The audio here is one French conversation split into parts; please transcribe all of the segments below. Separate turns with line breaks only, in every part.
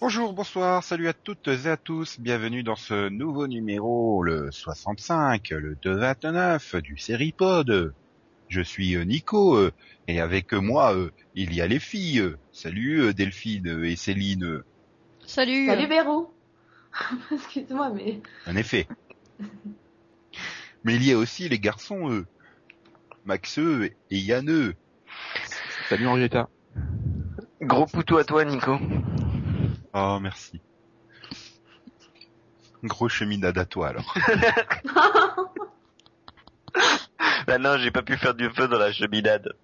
Bonjour, bonsoir, salut à toutes et à tous, bienvenue dans ce nouveau numéro, le 65, le 229 du Seripod. Je suis euh, Nico, euh, et avec moi, euh, il y a les filles. euh. Salut euh, Delphine euh, et Céline.
Salut.
Salut Béraud Excuse-moi, mais
En effet. Mais il y a aussi les garçons, eux. Maxeux et Yann. euh. eux.
Salut Henrietta.
Gros poutou à toi, Nico.
Oh, merci. Gros cheminade à toi, alors.
Bah non, j'ai pas pu faire du feu dans la cheminade.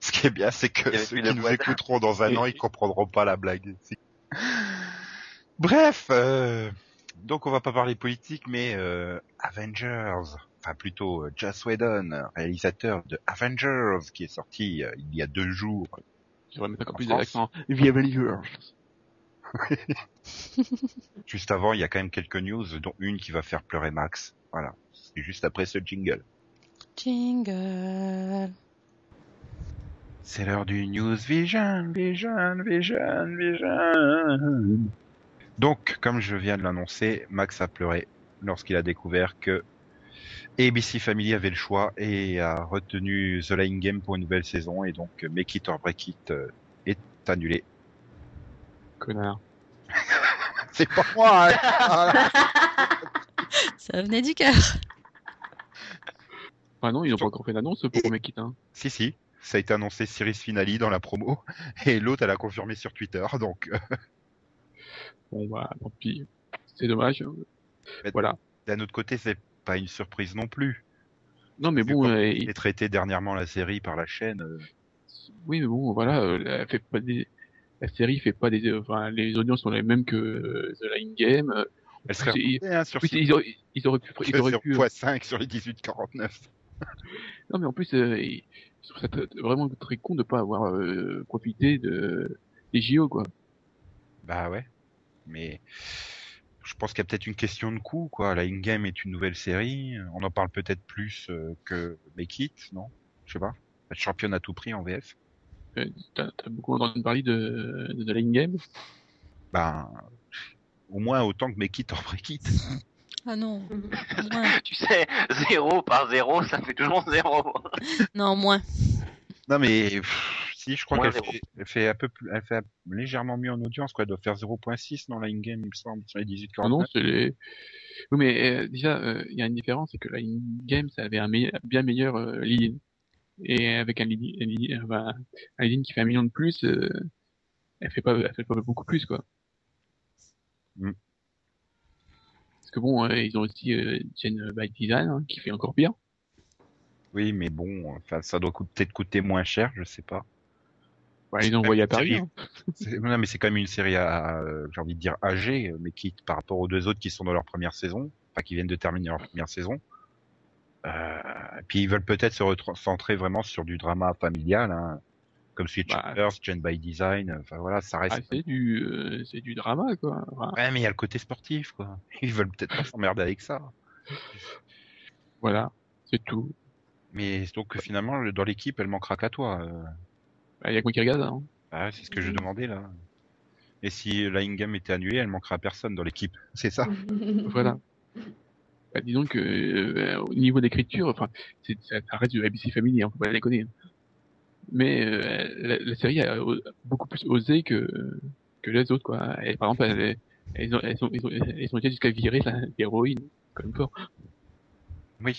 Ce qui est bien, c'est que
Il y avait
ceux
plus
qui
de
nous
boîte.
écouteront dans un an, ils comprendront pas la blague. C'est- Bref, euh, donc on va pas parler politique, mais euh, Avengers, enfin plutôt euh, Joss Whedon, réalisateur de Avengers, qui est sorti euh, il y a deux jours.
J'aurais même pas encore
En
plus hein.
France.
d'accent. Via Bellier.
Juste avant, il y a quand même quelques news, dont une qui va faire pleurer Max. Voilà, c'est juste après ce jingle.
Jingle.
C'est l'heure du News Vision, Vision, Vision, Vision. Donc, comme je viens de l'annoncer, Max a pleuré lorsqu'il a découvert que ABC Family avait le choix et a retenu The Lying Game pour une nouvelle saison et donc euh, Make It or Break It euh, est annulé.
Connard.
C'est pas moi. hein.
Ça venait du cœur.
Ah non, ils ont pas encore fait l'annonce pour Mekita. hein.
si si, ça a été annoncé Series Finale dans la promo et l'autre elle a confirmé sur Twitter donc euh,
Bon bah, tant pis. C'est dommage. hein. Voilà.
d'un autre côté c'est pas une surprise non plus.
Non mais
C'est
bon,
pas-
euh,
Il est traité dernièrement la série par la chaîne. euh,
oui mais bon, voilà, euh, elle fait pas des... la série fait pas des, enfin les audiences sont les mêmes que euh, The Line Game. Euh,
Elle serait
Ils-
remontée, hein, sur
oui, ils, auraient, ils auraient pu, ils auraient pu. euh,
0.5 sur les 18-49.
Non mais en plus, euh, ils- je trouve ça très- vraiment très con de pas avoir euh, profité de des JO quoi.
Bah ouais. Mais je pense qu'il y a peut-être une question de coût, quoi. La In-Game est une nouvelle série. On en parle peut-être plus euh, que Make It, non Je sais pas. Être championne à tout prix en VF.
Euh, T'as t'as beaucoup entendu parler de, de The Line Game.
Ben, au moins autant que Make It en Break It.
Ah non,
Mhm.
moins.
Tu sais, zéro par zéro, ça fait toujours zéro.
Non, moins.
Non mais pff, si, je crois
Moins
qu'elle
zéro.
fait, elle fait un peu plus, elle fait un- légèrement mieux en audience, quoi. Elle doit faire 0.6 dans la In-Game, il me semble, sur les
Ah non,
18-49.
c'est les... Oui, mais euh, déjà, euh, il y a une différence, c'est que la in-game, ça avait un meille- bien meilleur euh, lead-in. Et avec un lead-in un lead-in- euh, bah, un lead-in qui fait un million de plus, euh, elle fait pas, elle fait pas beaucoup plus, quoi.
Mm.
Parce que bon, euh, ils ont aussi euh, Gen by Design, hein, qui fait encore pire.
Oui, mais bon, enfin, ça doit coûter- peut-être coûter moins cher, je sais pas.
Bah, ils ont envoyé à Paris.
série.
hein.
C'est- Non, mais c'est quand même une série à, euh, j'ai envie de dire âgée, mais qui, par rapport aux deux autres qui sont dans leur première saison, enfin qui viennent de terminer leur première saison, euh, puis ils veulent peut-être se recentrer vraiment sur du drama familial, hein, comme Switch
Bah.
Earth, Gen by Design, euh, enfin voilà, ça reste.
Ah, c'est du, euh, c'est du drama, quoi. Enfin,
Ouais, mais il y a le côté sportif, quoi. Ils veulent peut-être pas s'emmerder avec ça.
voilà, c'est tout.
Mais donc finalement, le- dans l'équipe, elle manquera qu'à toi. euh.
Bah, Il y a que moi qui regarde. Hein.
Ah, c'est ce que je demandais là. Et si la in-game était annulée, elle manquera à personne dans l'équipe. C'est ça.
Voilà. Bah, disons que euh, au niveau d'écriture, enfin, c'est- ça, ça reste du ABC Family, hein, faut pas déconner. hein. Mais euh, la, la série a o- beaucoup plus osé que que les autres, quoi. Et, par exemple, elles, elles ont, elles, ont, elles, ont, elles ont été jusqu'à virer la- l'héroïne, quand même fort.
Oui,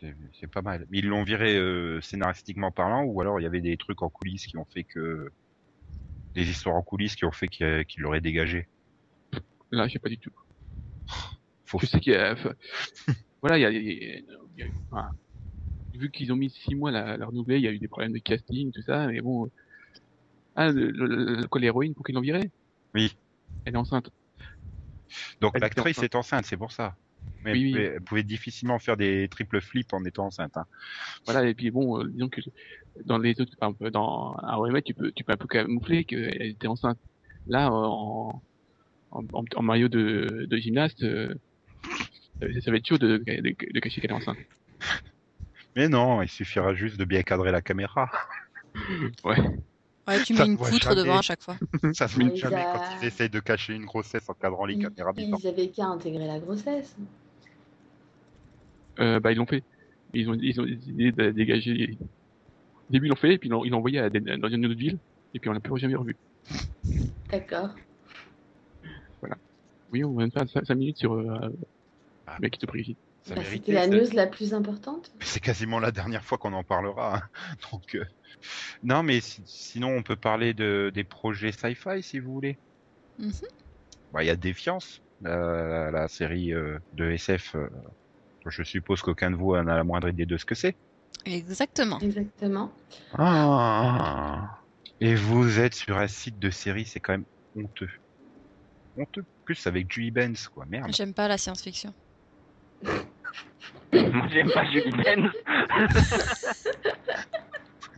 c'est c'est pas mal. Mais Ils l'ont viré euh, scénaristiquement parlant, ou alors il y avait des trucs en coulisses qui ont fait que des histoires en coulisses qui ont fait qu'il qu'il l'aurait dégagé.
Là, je sais pas du tout.
Faut
Je sais qu'il y a, enfin, voilà, il y a, il y a- il y a- enfin, vu qu'ils ont mis six mois à la, la renouveler, il y a eu des problèmes de casting, tout ça, mais bon. euh, Ah, le, le- le- quoi, l'héroïne, pour qu'ils l'ont virée
Oui.
Elle est enceinte.
Donc
Elle
l'actrice
était
est enceinte, c'est pour ça. Mais
Oui,
elle,
oui.
pouvait, elle pouvait difficilement faire des triples flips en étant enceinte. hein.
Voilà, et puis bon, euh, disons que dans les autres, par exemple, dans un remake, tu peux, tu peux un peu camoufler qu'elle était enceinte. Là, euh, en, en, en, en maillot de, de gymnaste, euh, ça ça va être chaud de, de, de cacher qu'elle est enceinte.
Mais non, il suffira juste de bien cadrer la caméra.
Ouais.
Ouais, tu
Ça
mets
se
une
voit
poutre
jamais.
devant à chaque fois.
Ça se met
Mais
jamais
ça-
quand ils essayent de cacher une grossesse en cadrant les
Ils,
caméras bizarres.
ils avaient qu'à intégrer la grossesse.
Euh, bah, ils l'ont fait. Ils ont, ils ont décidé de dégager. Au début, ils l'ont fait, et puis ils l'ont- ils l'ont envoyé à des- dans une autre ville, et puis on l'a plus jamais revu.
D'accord.
Oui, on vient de faire 5 minutes sur euh,
Ah.
mec qui te prie.
Ça
Bah,
méritait,
C'était la
ça.
news la plus importante.
Mais c'est quasiment la dernière fois qu'on en parlera. hein. Donc, euh, non, mais si- sinon, on peut parler de, des projets sci-fi si vous voulez.
Mhm.
Bah, Il y a Défiance, la, la- la série euh, de SF. euh, je suppose qu'aucun de vous en a la moindre idée de ce que c'est.
Exactement.
Exactement.
Ah. Et vous êtes sur un site de série, c'est quand même honteux. Honteux. Plus avec Julie Benz, quoi. Merde.
J'aime pas la science-fiction.
Moi, j'aime pas Julie Ben.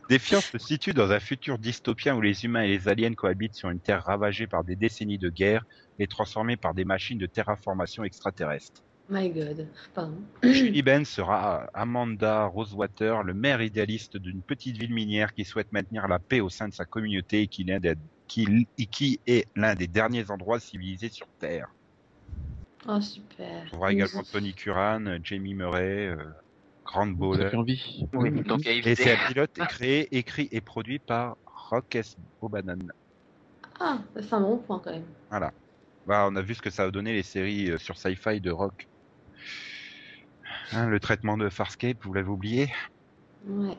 Défiance se situe dans un futur dystopien où les humains et les aliens cohabitent sur une Terre ravagée par des décennies de guerre et transformée par des machines de terraformation extraterrestre.
My God. Pardon.
Julie Ben sera Amanda Rosewater, le maire idéaliste d'une petite ville minière qui souhaite maintenir la paix au sein de sa communauté et qui, l'un des- qui- et qui est l'un des derniers endroits civilisés sur Terre.
Oh super.
On trouvera également Tony Curran, Jamie Murray, euh, Grant
Ça
Bowler.
fait envie.
Oui, donc
Et c'est
AFD.
un pilote créé, écrit et produit par Rock S. Bobanan.
Ah, ça, c'est un bon point quand même.
Voilà. Bah, on a vu ce que ça a donné les séries euh, sur sci-fi de rock. Hein, le traitement de Farscape, vous l'avez oublié
Ouais.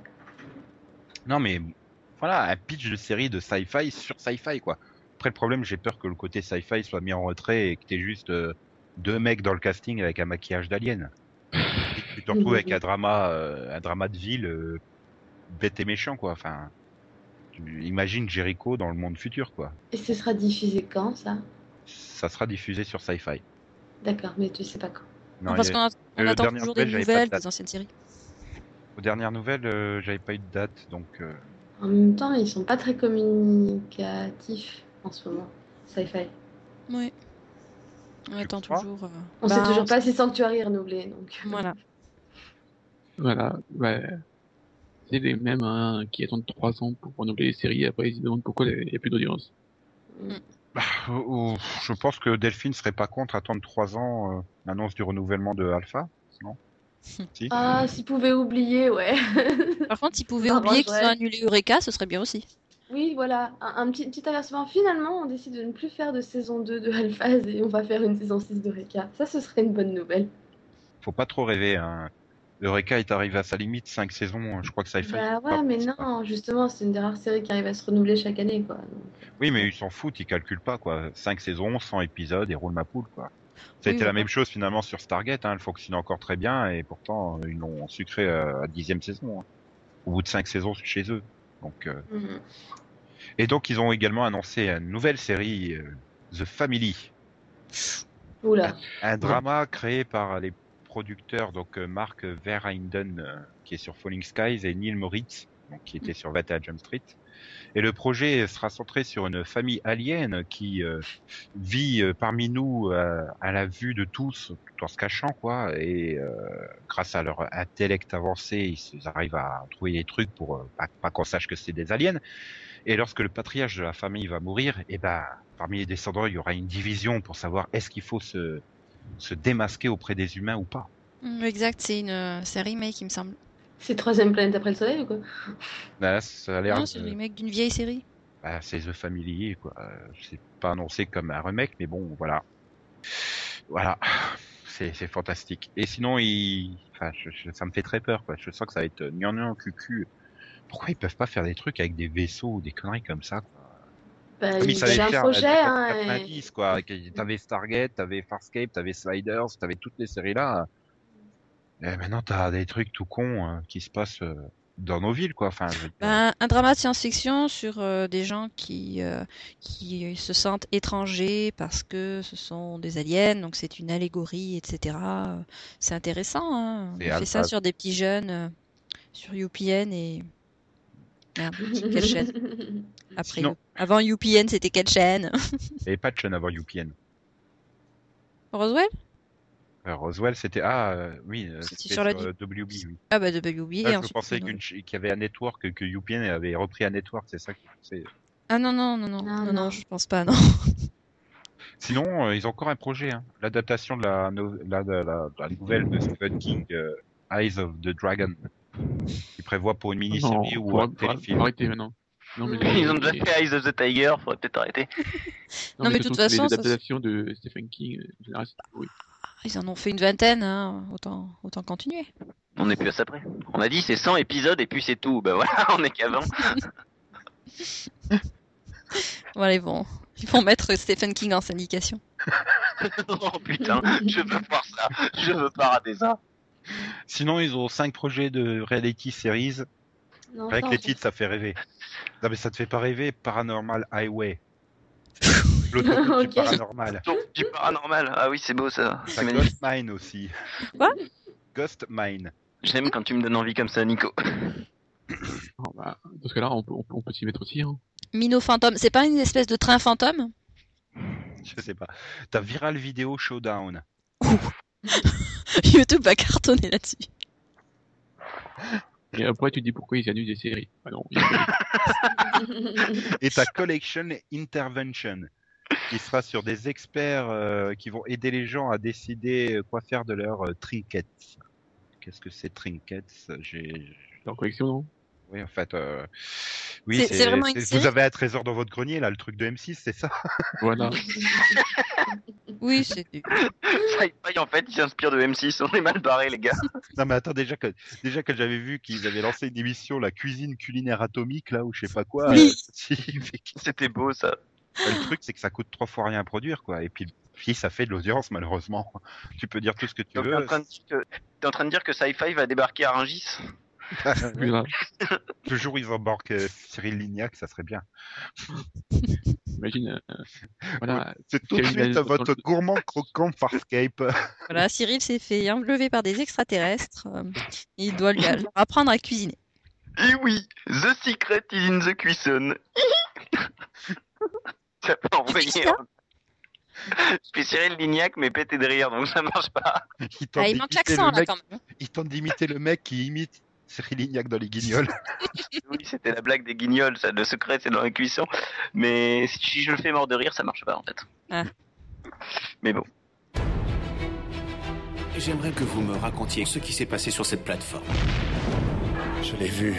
Non, mais voilà, un pitch de série de sci-fi sur sci-fi, quoi. Après, le problème, j'ai peur que le côté sci-fi soit mis en retrait et que t'aies juste euh, deux mecs dans le casting avec un maquillage d'alien. Et que Tu te retrouves avec un drama, euh, un drama de ville euh, bête et méchant, quoi. Enfin, tu imagines Jericho dans le monde futur, quoi.
Et ce sera diffusé quand ça
Ça sera diffusé sur sci-fi.
D'accord, mais tu sais pas quand.
Non,
parce
il y a-
qu'on a- on
le
attend
dernier
toujours des
appel, j'avais pas de
nouvelles
date.
des anciennes séries.
Aux dernières nouvelles, euh, j'avais pas eu de date, donc euh,
En même temps, ils sont pas très communicatifs en ce moment. Sci-fi.
Oui. On attend
crois
toujours. euh,
On
bah,
sait toujours
on-
pas si Sanctuary est renouvelé, donc.
Voilà.
Voilà, ouais. C'est les mêmes hein, qui attendent 3 ans pour renouveler les séries, après ils se demandent pourquoi il n'y a plus d'audience.
Mm.
bah, ou- ou- je pense que Delphine serait pas contre attendre trois ans euh, l'annonce du renouvellement de Alpha, non Si.
Ah, s'ils pouvaient oublier, ouais.
Par contre, ils pouvaient
Bah,
oublier
moi,
qu'ils
j'aurais-
ont annulé Eureka, ce serait bien aussi.
oui, voilà, un, un petit, petit avertissement. Finalement, on décide de ne plus faire de saison 2 de Alphaz et on va faire une saison 6 de Reka. Ça, ce serait une bonne nouvelle.
Faut pas trop rêver. Hein. Eureka est arrivé à sa limite, cinq saisons. euh, Je crois que ça fait.
Bah ouais, mais non, justement, c'est une des rares séries qui arrive à se renouveler chaque année, quoi. Donc,
Oui, mais ils s'en foutent, ils calculent pas quoi. Cinq saisons, 100 épisodes et roule ma poule quoi. Ça a été
Oui,
la
voilà.
même chose finalement sur Stargate. Hein. Elle fonctionne encore très bien et pourtant euh, ils l'ont sucré à la dixième saison. hein. Au bout de cinq saisons chez eux. Donc. euh,
mm.
Et donc, ils ont également annoncé une nouvelle série, euh, The Family,
Oula.
un drama créé par les producteurs, donc euh, Mark Verheiden, euh, qui est sur Falling Skies, et Neil Moritz, donc, qui était sur 21 Jump Street. Et le projet sera centré sur une famille alien qui euh, vit euh, parmi nous euh, à la vue de tous, tout en se cachant, quoi. Et euh, grâce à leur intellect avancé, ils se- ils arrivent à trouver des trucs pour euh, pas, pas qu'on sache que c'est des aliens. Et lorsque le patriarche de la famille va mourir, et ben parmi les descendants, il y aura une division pour savoir est-ce qu'il faut se, se démasquer auprès des humains ou pas.
Mm, Exact, c'est une euh, c'est un remake, il me semble.
C'est troisième planète après le soleil ou quoi
Là, Bah, ça a l'air.
Non, c'est
de-
le remake d'une vieille série.
bah, c'est The Family, quoi. Euh, C'est pas annoncé comme un remake, mais bon, voilà. Voilà. C'est c'est fantastique. Et sinon, il... enfin, je- je- ça me fait très peur, quoi. Je sens que ça va être gnangnang, cucu. Pourquoi ils peuvent pas faire des trucs avec des vaisseaux ou des conneries comme ça, quoi
Bah,
Comme
il
ils savaient
y a un
faire,
projet,
euh,
hein,
des années
et-
90, quoi. Que- T'avais Stargate, t'avais Farscape, t'avais Sliders, t'avais toutes les séries là. Et maintenant, t'as des trucs tout cons euh, qui se passent euh, dans nos villes, quoi. Enfin, je-
Ben, un drama de science-fiction sur euh, des gens qui, euh, qui se sentent étrangers parce que ce sont des aliens, donc c'est une allégorie, etc. Euh, C'est intéressant. Hein. On
C'est
fait ça
Alpha.
sur des petits jeunes, euh, sur UPN et. Merde, c'est quelle chaîne Après,
Sinon-
Avant UPN, c'était quelle chaîne
Il y avait pas de chaîne avant UPN.
Roswell
Euh, Roswell, c'était ah euh, oui, euh,
C'était
c'était
sur la
euh, WB. Oui.
Ah bah de WB et
Ah, je
ensuite-
pensais qu'une ch- qu'il y avait un network que UPN avait repris un network, c'est ça. que je pensais.
Ah non non non non
Non,
non, non,
non.
je pense pas non.
Sinon, euh, ils ont encore un projet, hein. l'adaptation de la, no- la- la- la- la nouvelle de Stephen King, euh, Eyes of the Dragon, qui prévoit pour une
Non,
mini-série ou
faut-
un
faut-
téléfilm.
faut arrêter maintenant. Non, mais
Ils ont
mais-
déjà fait Eyes of the Tiger, faudrait peut-être arrêter.
Non, mais de
surtout
toute
que
façon,
les
ça-
adaptations de Stephen King, euh, en général, c'est- oui.
Ah, Ils en ont fait une vingtaine, hein. autant autant continuer.
On est plus à ça près. On a dit c'est 100 épisodes et puis c'est tout. Bah voilà, on est qu'avant.
Voilà ils vont ils vont mettre Stephen King en syndication.
oh putain, je veux voir ça. Je veux pas rater ça.
Sinon, ils ont cinq projets de reality series.
Non,
Avec
ça,
les
on-
titres, ça fait rêver. Non, mais ça te fait pas rêver Paranormal Highway. L'autre côté
Ok.
du paranormal.
Donc, du paranormal. Ah oui, c'est beau ça.
T'as
C'est magnifique.
Ghost Mine aussi.
Quoi
Ghost Mine.
J'aime quand tu me donnes envie comme ça, Nico.
Non, bah, dans ce cas-là, on peut, on peut, on peut s'y mettre aussi. Hein.
Mino fantôme, c'est pas une espèce de train fantôme
Je sais pas. T'as Viral Video Showdown.
YouTube va cartonner là-dessus.
Et après, tu te dis pourquoi ils annulent des séries. Ah non, ils annulent
Et t'as Collection Intervention. Qui sera sur des experts euh, qui vont aider les gens à décider quoi faire de leurs euh, trinkets. Qu'est-ce que c'est trinkets J'ai.
leur collection, non
Oui, en fait. euh, Oui,
C'est- c'est vraiment une
Vous
série
avez un trésor dans votre grenier, là, le truc de M6, c'est ça
Voilà.
Oui, c'est
Sci-Fi en fait, il s'inspire de M6. On est mal barré, les gars.
Non mais attends déjà que déjà que j'avais vu qu'ils avaient lancé une émission la cuisine culinaire atomique là ou je sais pas quoi.
Oui.
euh, si, mais
C'était beau ça.
le truc c'est que ça coûte trois fois rien à produire quoi et puis puis ça fait de l'audience malheureusement. Tu peux dire tout ce que tu
Donc, t'es en
veux.
train de dire que, t'es en train de dire que Sci-Fi va débarquer à Rungis
Plus grave.
Le jour où ils embarquent euh, Cyril Lignac ça serait bien.
Imagine. euh, euh, voilà.
C'est tout de
Cyril
suite
Lignac,
votre
dans le-
gourmand croquant Farscape.
Voilà, Cyril s'est fait enlever par des extraterrestres. euh, Il doit lui leur apprendre à cuisiner.
Eh oui, The Secret is in the Cuisson. ça peut envoyer.
ça
Je suis Cyril Lignac, mais pété de rire, donc ça marche pas.
Il tente
Ah, il manque
d'imiter
l'accent
le
là
mec-
quand même.
il tente d'imiter le mec qui imite Cyril Lignac dans les guignols.
Oui, c'était la blague des guignols, ça. Le secret, c'est dans la cuisson. Mais si je le fais mort de rire, ça marche pas, en fait.
Ah.
Mais bon.
J'aimerais que vous me racontiez ce qui s'est passé sur cette plateforme. Je l'ai vu.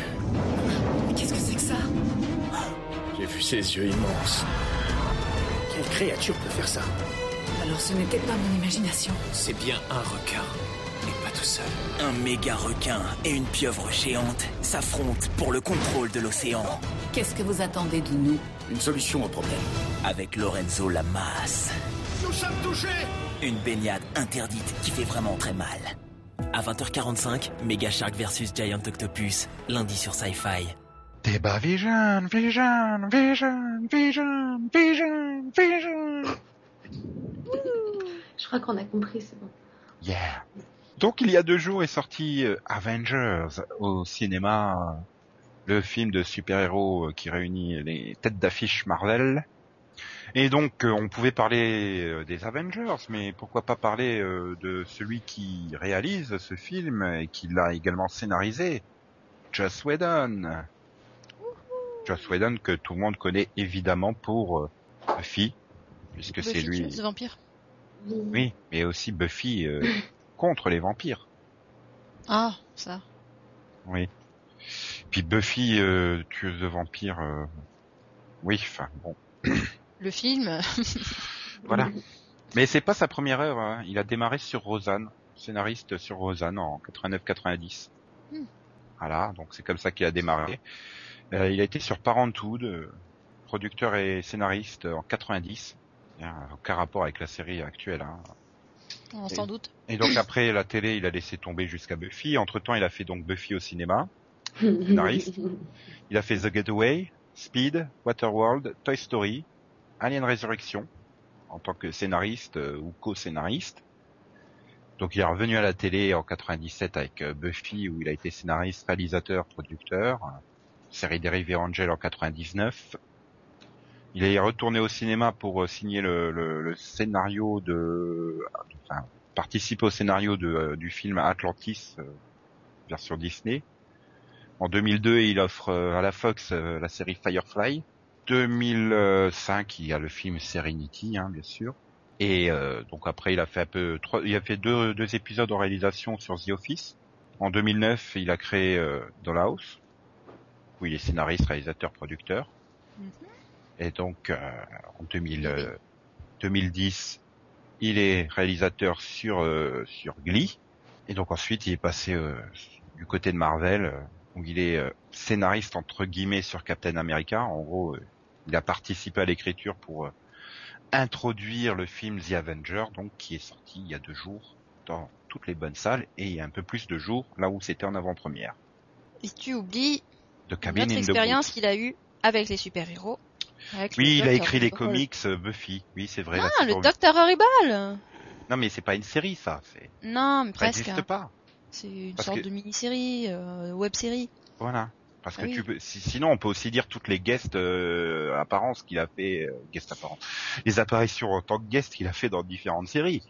Qu'est-ce que c'est que ça
J'ai vu ses yeux immenses. Quelle créature peut faire ça
Alors ce n'était pas mon imagination.
C'est bien un requin. Et pas tout seul. Un méga requin et une pieuvre géante s'affrontent pour le contrôle de l'océan.
Qu'est-ce que vous attendez de nous
Une solution au problème.
Avec Lorenzo Lamas.
Nous sommes touchés
Une baignade interdite qui fait vraiment très mal. À 20h45, Mega Shark versus Giant Octopus, lundi sur Sci-Fi.
Débat Vision, Vision, Vision, Vision, Vision, Vision.
Je crois qu'on a compris, c'est bon.
Yeah. Donc il y a deux jours est sorti euh, Avengers au cinéma, euh, le film de super-héros euh, qui réunit les têtes d'affiche Marvel. Et donc euh, on pouvait parler euh, des Avengers, mais pourquoi pas parler euh, de celui qui réalise ce film et qui l'a également scénarisé, Joss Whedon. Joss Whedon que tout le monde connaît évidemment pour euh, Buffy, puisque c'est lui.
vampire.
Oui.
Oui, mais aussi Buffy euh, contre les vampires.
Ah, ça.
Oui. Puis Buffy, euh, tueuse de vampires. euh, Oui, enfin bon.
Le film.
Voilà. Mais c'est pas sa première œuvre. hein. Il a démarré sur Rosanne, scénariste sur Rosanne en 89-90.
Hmm.
Voilà, donc c'est comme ça qu'il a démarré. Euh, il a été sur Parenthood, euh, producteur et scénariste euh, en 90. Il y a Aucun rapport avec la série actuelle. Hein.
On
s'en
doute.
Et donc après la télé, il a laissé tomber jusqu'à Buffy. Entre temps, il a fait donc Buffy au cinéma. Scénariste. Il a fait The Getaway, Speed, Waterworld, Toy Story, Alien Resurrection, en tant que scénariste euh, ou co-scénariste. Donc il est revenu à la télé en 97 avec euh, Buffy, où il a été scénariste, réalisateur, producteur. Série dérivée Angel en 99. Il est retourné au cinéma pour euh, signer le, le- le scénario de, enfin, participé au scénario de, euh, du film Atlantis, euh, version Disney. En 2002, il offre euh, à la Fox euh, la série Firefly. 2005, il y a le film Serenity, hein, bien sûr. Et euh, donc après, il a fait un peu, trois, il a fait deux, deux épisodes en réalisation sur The Office. En 2009, il a créé euh, Dollhouse, où il est scénariste, réalisateur, producteur.
Mhm.
Et donc, euh, en 2000, euh, 2010, il est réalisateur sur euh, sur Glee. Et donc ensuite, il est passé euh, du côté de Marvel, euh, où il est euh, scénariste entre guillemets sur Captain America. En gros, euh, il a participé à l'écriture pour euh, introduire le film The Avenger, donc qui est sorti il y a deux jours dans toutes les bonnes salles et il y a un peu plus de jours là où c'était en avant-première.
Et tu oublies
De Cabin
notre
in the
expérience
Woods.
qu'il a eue avec les super-héros. avec le
Oui, il a
Dr.
écrit les
Horrible.
comics euh, Buffy. Oui, c'est vrai. la
Ah, le
saison huit.
Docteur Horrible
Non, mais c'est pas une série, ça. C'est...
Non, mais
Ça
presque.
n'existe
hein.
pas.
C'est une
Bah, Parce
sorte
que-
de mini-série, euh, web-série.
Voilà. Parce que
Ah oui.
tu peux, si- sinon, on peut aussi dire toutes les guest euh, apparences qu'il a fait, euh, guest apparences, les apparitions en tant que guest qu'il a fait dans différentes séries.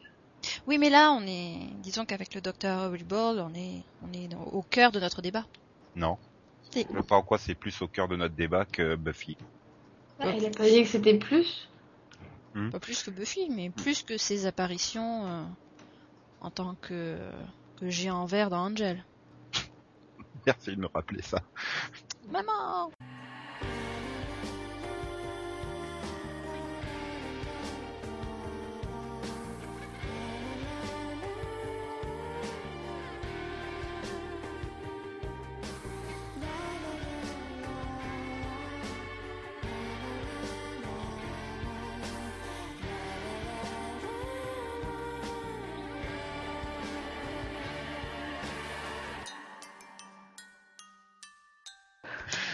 Oui, mais là, on est... Disons qu'avec le Docteur Horrible, on est, on est dans- au cœur de notre débat.
Non.
Si.
Je sais pas en quoi c'est plus au cœur de notre débat que Buffy.
Elle a pas dit que c'était plus.
Pas plus que Buffy, mais plus que ses apparitions euh, en tant que, que géant vert dans Angel.
Merci de me rappeler ça.
Maman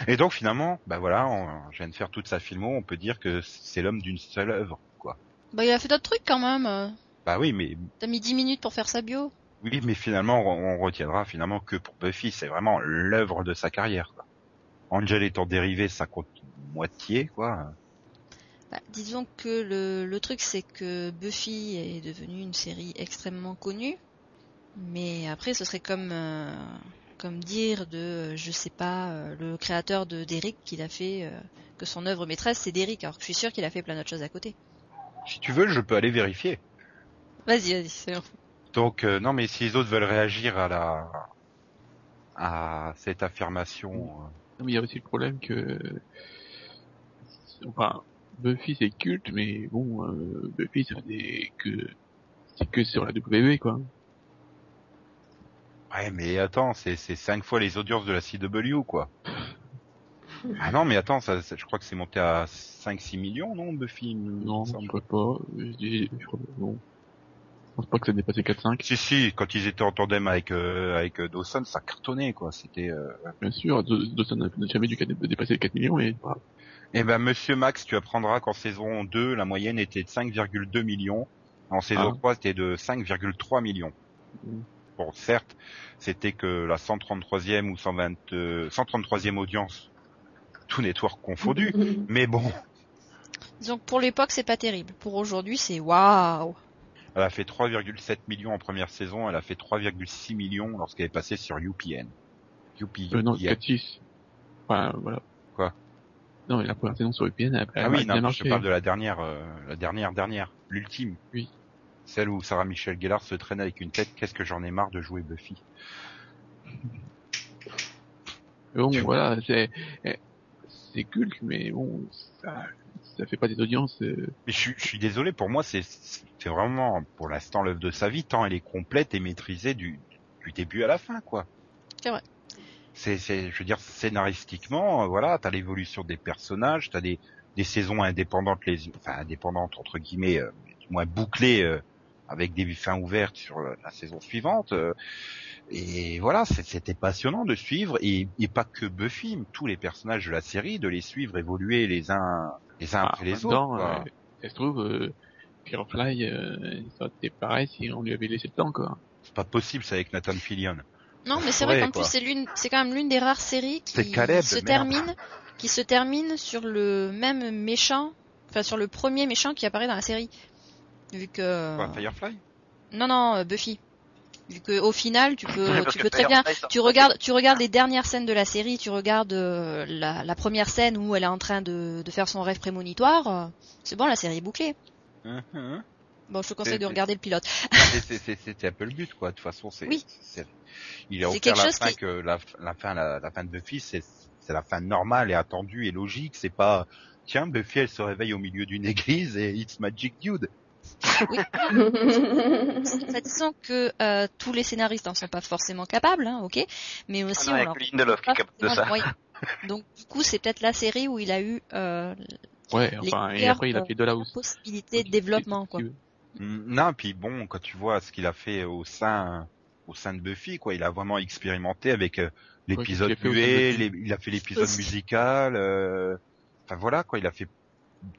Et donc finalement, bah voilà, on, je viens de faire toute sa filmo, on peut dire que c'est l'homme d'une seule œuvre, quoi.
Bah, il a fait d'autres trucs quand même. euh.
Bah oui, mais
T'as mis 10 minutes pour faire sa bio.
oui, mais finalement, on, on retiendra finalement que pour Buffy, c'est vraiment l'œuvre de sa carrière. Quoi. Angel étant dérivé, ça compte moitié, quoi.
Bah, disons que le, le truc, c'est que Buffy est devenue une série extrêmement connue. Mais après, ce serait comme, euh, comme dire de, euh, je sais pas, euh, le créateur de Derrick qu'il a fait, euh, que son œuvre maîtresse, c'est Derrick. Alors que je suis sûr qu'il a fait plein d'autres choses à côté.
Si tu veux, je peux aller vérifier.
Vas-y, vas-y, c'est bon.
Donc euh, non, mais si les autres veulent réagir à la à cette affirmation, euh,
Non, mais il y a aussi le problème que, enfin, Buffy c'est culte, mais bon, euh, Buffy ça n'est que, c'est que sur la WB quoi.
ouais, mais attends, c'est c'est cinq fois les audiences de la CW, quoi. Ah non, mais attends, ça, ça- je crois que c'est monté à 5-6 millions, non, Buffy il me
Non,
semble.
je crois pas. Je, dis- je crois, non. Je pense pas que ça dépasse les 4-5.
Si si, quand ils étaient en tandem avec euh, avec euh, Dawson, ça cartonnait quoi. C'était. euh,
Bien sûr, Do- Dawson n'a n'a jamais dû ca- dépasser les 4 millions et voilà.
Eh ben Monsieur Max, tu apprendras qu'en saison 2, la moyenne était de 5,2 millions. En saison
Ah.
3, c'était de 5,3 millions.
Mm.
Bon, certes, c'était que la 133e ou 120, euh, 133e audience, tout network confondu.
Mm.
Mais bon,
Disons que pour l'époque, c'est pas terrible. Pour aujourd'hui, c'est waouh
elle a fait 3,7 millions en première saison. Elle a fait 3,6 millions lorsqu'elle est passée sur UPN. UPN.
Euh, non, 4-6. Enfin, voilà.
Quoi
Non, mais la première saison sur VPN, elle,
Ah
elle a
oui,
bien
non, mais je
marché.
parle de la dernière, euh, la dernière, dernière, l'ultime.
Oui.
Celle où Sarah Michelle Gellar se traîne avec une tête. Qu'est-ce que j'en ai marre de jouer Buffy
Mais Bon, voilà, c'est, eh, c'est culte, mais bon, ça, ça fait pas des audiences. euh,
Mais je, suis- je suis désolé, pour moi, c'est c'est vraiment pour l'instant l'œuvre de sa vie, tant elle est complète et maîtrisée du, du début à la fin, quoi.
C'est vrai.
C'est, c'est- je veux dire, scénaristiquement, euh, voilà, t'as l'évolution des personnages, t'as des, des saisons indépendantes, les, enfin indépendantes entre guillemets, euh, mais du moins bouclées euh, avec des fins ouvertes sur euh, la saison suivante. euh, et voilà, c'est- c'était passionnant de suivre, et, et pas que Buffy, tous les personnages de la série, de les suivre évoluer les uns, les uns
ah,
après les autres.
dedans,
quoi.
euh, ça se trouve, euh, Firefly, euh, ça aurait été pareil si on lui avait laissé le temps, quoi.
C'est pas possible, c'est avec Nathan Fillion.
Non, mais c'est
Ouais,
vrai qu'en
quoi.
plus, c'est l'une, c'est quand même l'une des rares séries
C'est
qui
Caleb,
se
merde.
termine, qui se termine sur le même méchant, enfin sur le premier méchant qui apparaît dans la série. Vu que
Quoi, Firefly
Non, non, euh, Buffy. Vu que au final, tu peux,
Parce
Euh, tu
que
peux très
Firefly,
bien.
ça-
Tu regardes, tu regardes les dernières scènes de la série. Tu regardes euh, la, la première scène où elle est en train de, de faire son rêve prémonitoire. euh, C'est bon, la série est bouclée.
Hum, hum.
Bon, je te conseille
C'est-
de regarder le pilote.
Ah, C'est- c'est- c'est- C'était un peu le but, quoi. De toute façon, c'est.
Oui.
c'est- Il a
C'est
offert
quelque
la
chose
fin
qui-
que la, la fin, la, la fin de Buffy, c'est c'est la fin normale et attendue et logique. C'est pas tiens Buffy, elle se réveille au milieu d'une église et it's magic dude.
Enfin, disons que euh, tous les scénaristes n'en sont pas forcément capables, hein, ok, mais aussi
Ah non,
on
avec
leur donne
Lindelof qui
pas
est capable de
forcément
ça.
les moyens. Donc du coup, c'est peut-être la série où il a eu euh,
Ouais,
les
enfin, et
cœurs,
après il a
euh,
fait
Ah
Dollhouse.
la possibilité de développement, quoi.
Mm, Non, puis bon, quand tu vois ce qu'il a fait au sein au sein de Buffy, quoi, il a vraiment expérimenté avec euh, l'épisode
Ouais, qu'est-ce qu'il a fait au sein de
muet,
Buffy
les- il a fait l'épisode
Aussi.
musical. euh, Enfin voilà, quoi, il a fait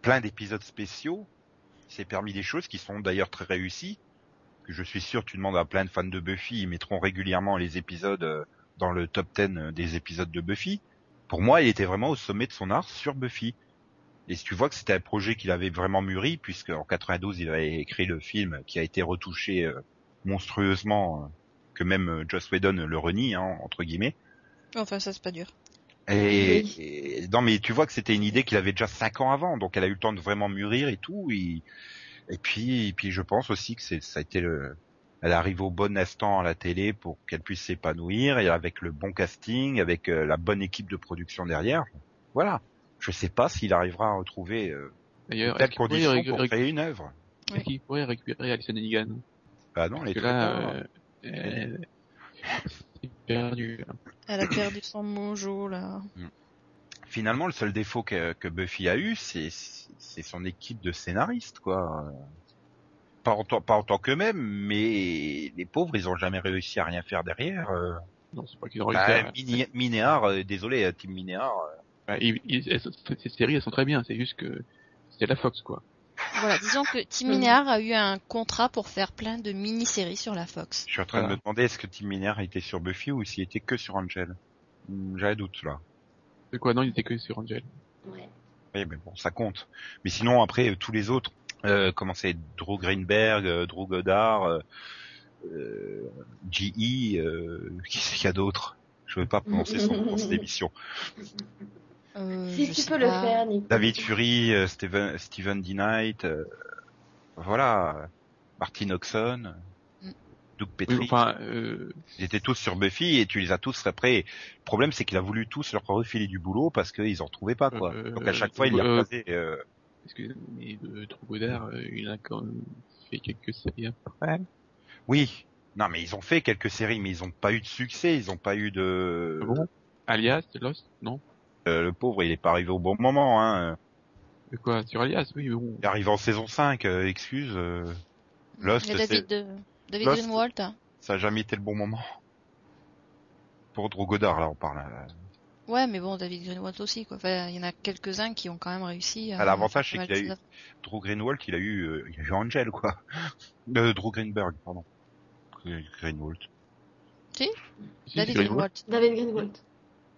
plein d'épisodes spéciaux. Il s'est permis des choses qui sont d'ailleurs très réussies. Que je suis sûr, tu demandes à plein de fans de Buffy, ils mettront régulièrement les épisodes euh, dans le top 10 des épisodes de Buffy. Pour moi, il était vraiment au sommet de son art sur Buffy. Et si tu vois que c'était un projet qu'il avait vraiment mûri, puisque en 92 il avait écrit le film qui a été retouché euh, monstrueusement, euh, que même euh, Joss Whedon le renie hein, entre guillemets.
Enfin, ça c'est pas dur.
Et,
Oui.
et- non mais tu vois que c'était une idée qu'il avait déjà cinq ans avant, donc elle a eu le temps de vraiment mûrir et tout. Et, et puis, et puis je pense aussi que c'est, ça a été le, elle arrive au bon instant à la télé pour qu'elle puisse s'épanouir et avec le bon casting, avec euh, la bonne équipe de production derrière. Voilà. Je sais pas s'il arrivera à retrouver euh,
D'ailleurs,
telle
est-ce qu'il pourrait
condition
récu-
pour
récu-
créer une œuvre.
est-ce qu'il pourrait récupérer Alison Hannigan
Bah non,
Parce
les
que là, euh, elle est perdue. hein.
Elle a perdu son mojo là.
Finalement, le seul défaut que, que Buffy a eu, c'est c'est son équipe de scénaristes, quoi. Pas en, tant- pas en tant qu'eux-mêmes, mais les pauvres, ils ont jamais réussi à rien faire derrière. euh.
Non, c'est pas qu'ils ont réussi.
Bah,
à-
Mini- Minéar, euh, désolé, Tim Minéar. euh,
Bah, ils- ils- elles sont- ces séries, elles sont très bien. C'est juste que c'est la Fox, quoi.
Voilà, disons que Tim Minear a eu un contrat pour faire plein de mini-séries sur la Fox.
je suis en train de
Voilà.
me demander est-ce que Tim Minéar était sur Buffy ou s'il était que sur Angel. Hmm, J'ai un doute là.
De quoi Non, il était que sur Angel.
Ouais.
Oui, mais bon, ça compte. Mais sinon, après, euh, tous les autres, euh, comment c'est Drew Greenberg, euh, Drew Goddard, euh, euh, G.E., euh, qui c'est qu'il y a d'autre Je ne vais pas prononcer son nom dans cette émission.
Euh,
Si
je
tu
sais
peux le
pas.
faire, Nick.
David Fury, euh, Steven, Steven D. Knight, euh, voilà, Martin Oxon,
Mm.
Doug
Oui,
Petrie,
enfin, euh,
ils étaient tous sur Buffy et tu les as tous après. Le problème, c'est qu'il a voulu tous leur refiler du boulot parce qu'ils en trouvaient pas, quoi.
Euh,
Donc à chaque fois, il les
euh,
recasait, euh,
excusez mais de Trou Godard, euh, il a quand même fait quelques séries hein. après.
Oui. Non, mais ils ont fait quelques séries, mais ils ont pas eu de succès, ils ont pas eu de.
Bon. Alias, Lost, non
Euh, le pauvre, il est pas arrivé au bon moment. Hein.
De quoi Sur Alias, oui, mais bon.
Il est arrivé en saison 5, euh, excuse. euh, Lost,
Il y a David, de- David
Lost.
Greenwald. hein.
Ça a jamais été le bon moment. Pour Drew Goddard, là, on parle. euh.
Ouais, mais bon, David Greenwald aussi quoi. Enfin, il y en a quelques-uns qui ont quand même réussi. euh, à-
Ah, l'avantage, c'est
pas mal
qu'il a
de
eu-
choses
Drew Greenwald, il a eu, euh, il a eu Angel, quoi. Euh, Drew Greenberg, pardon. Gre- Greenwald.
à-
Si,
David
sur
Greenwald.
Greenwald.
David Greenwald.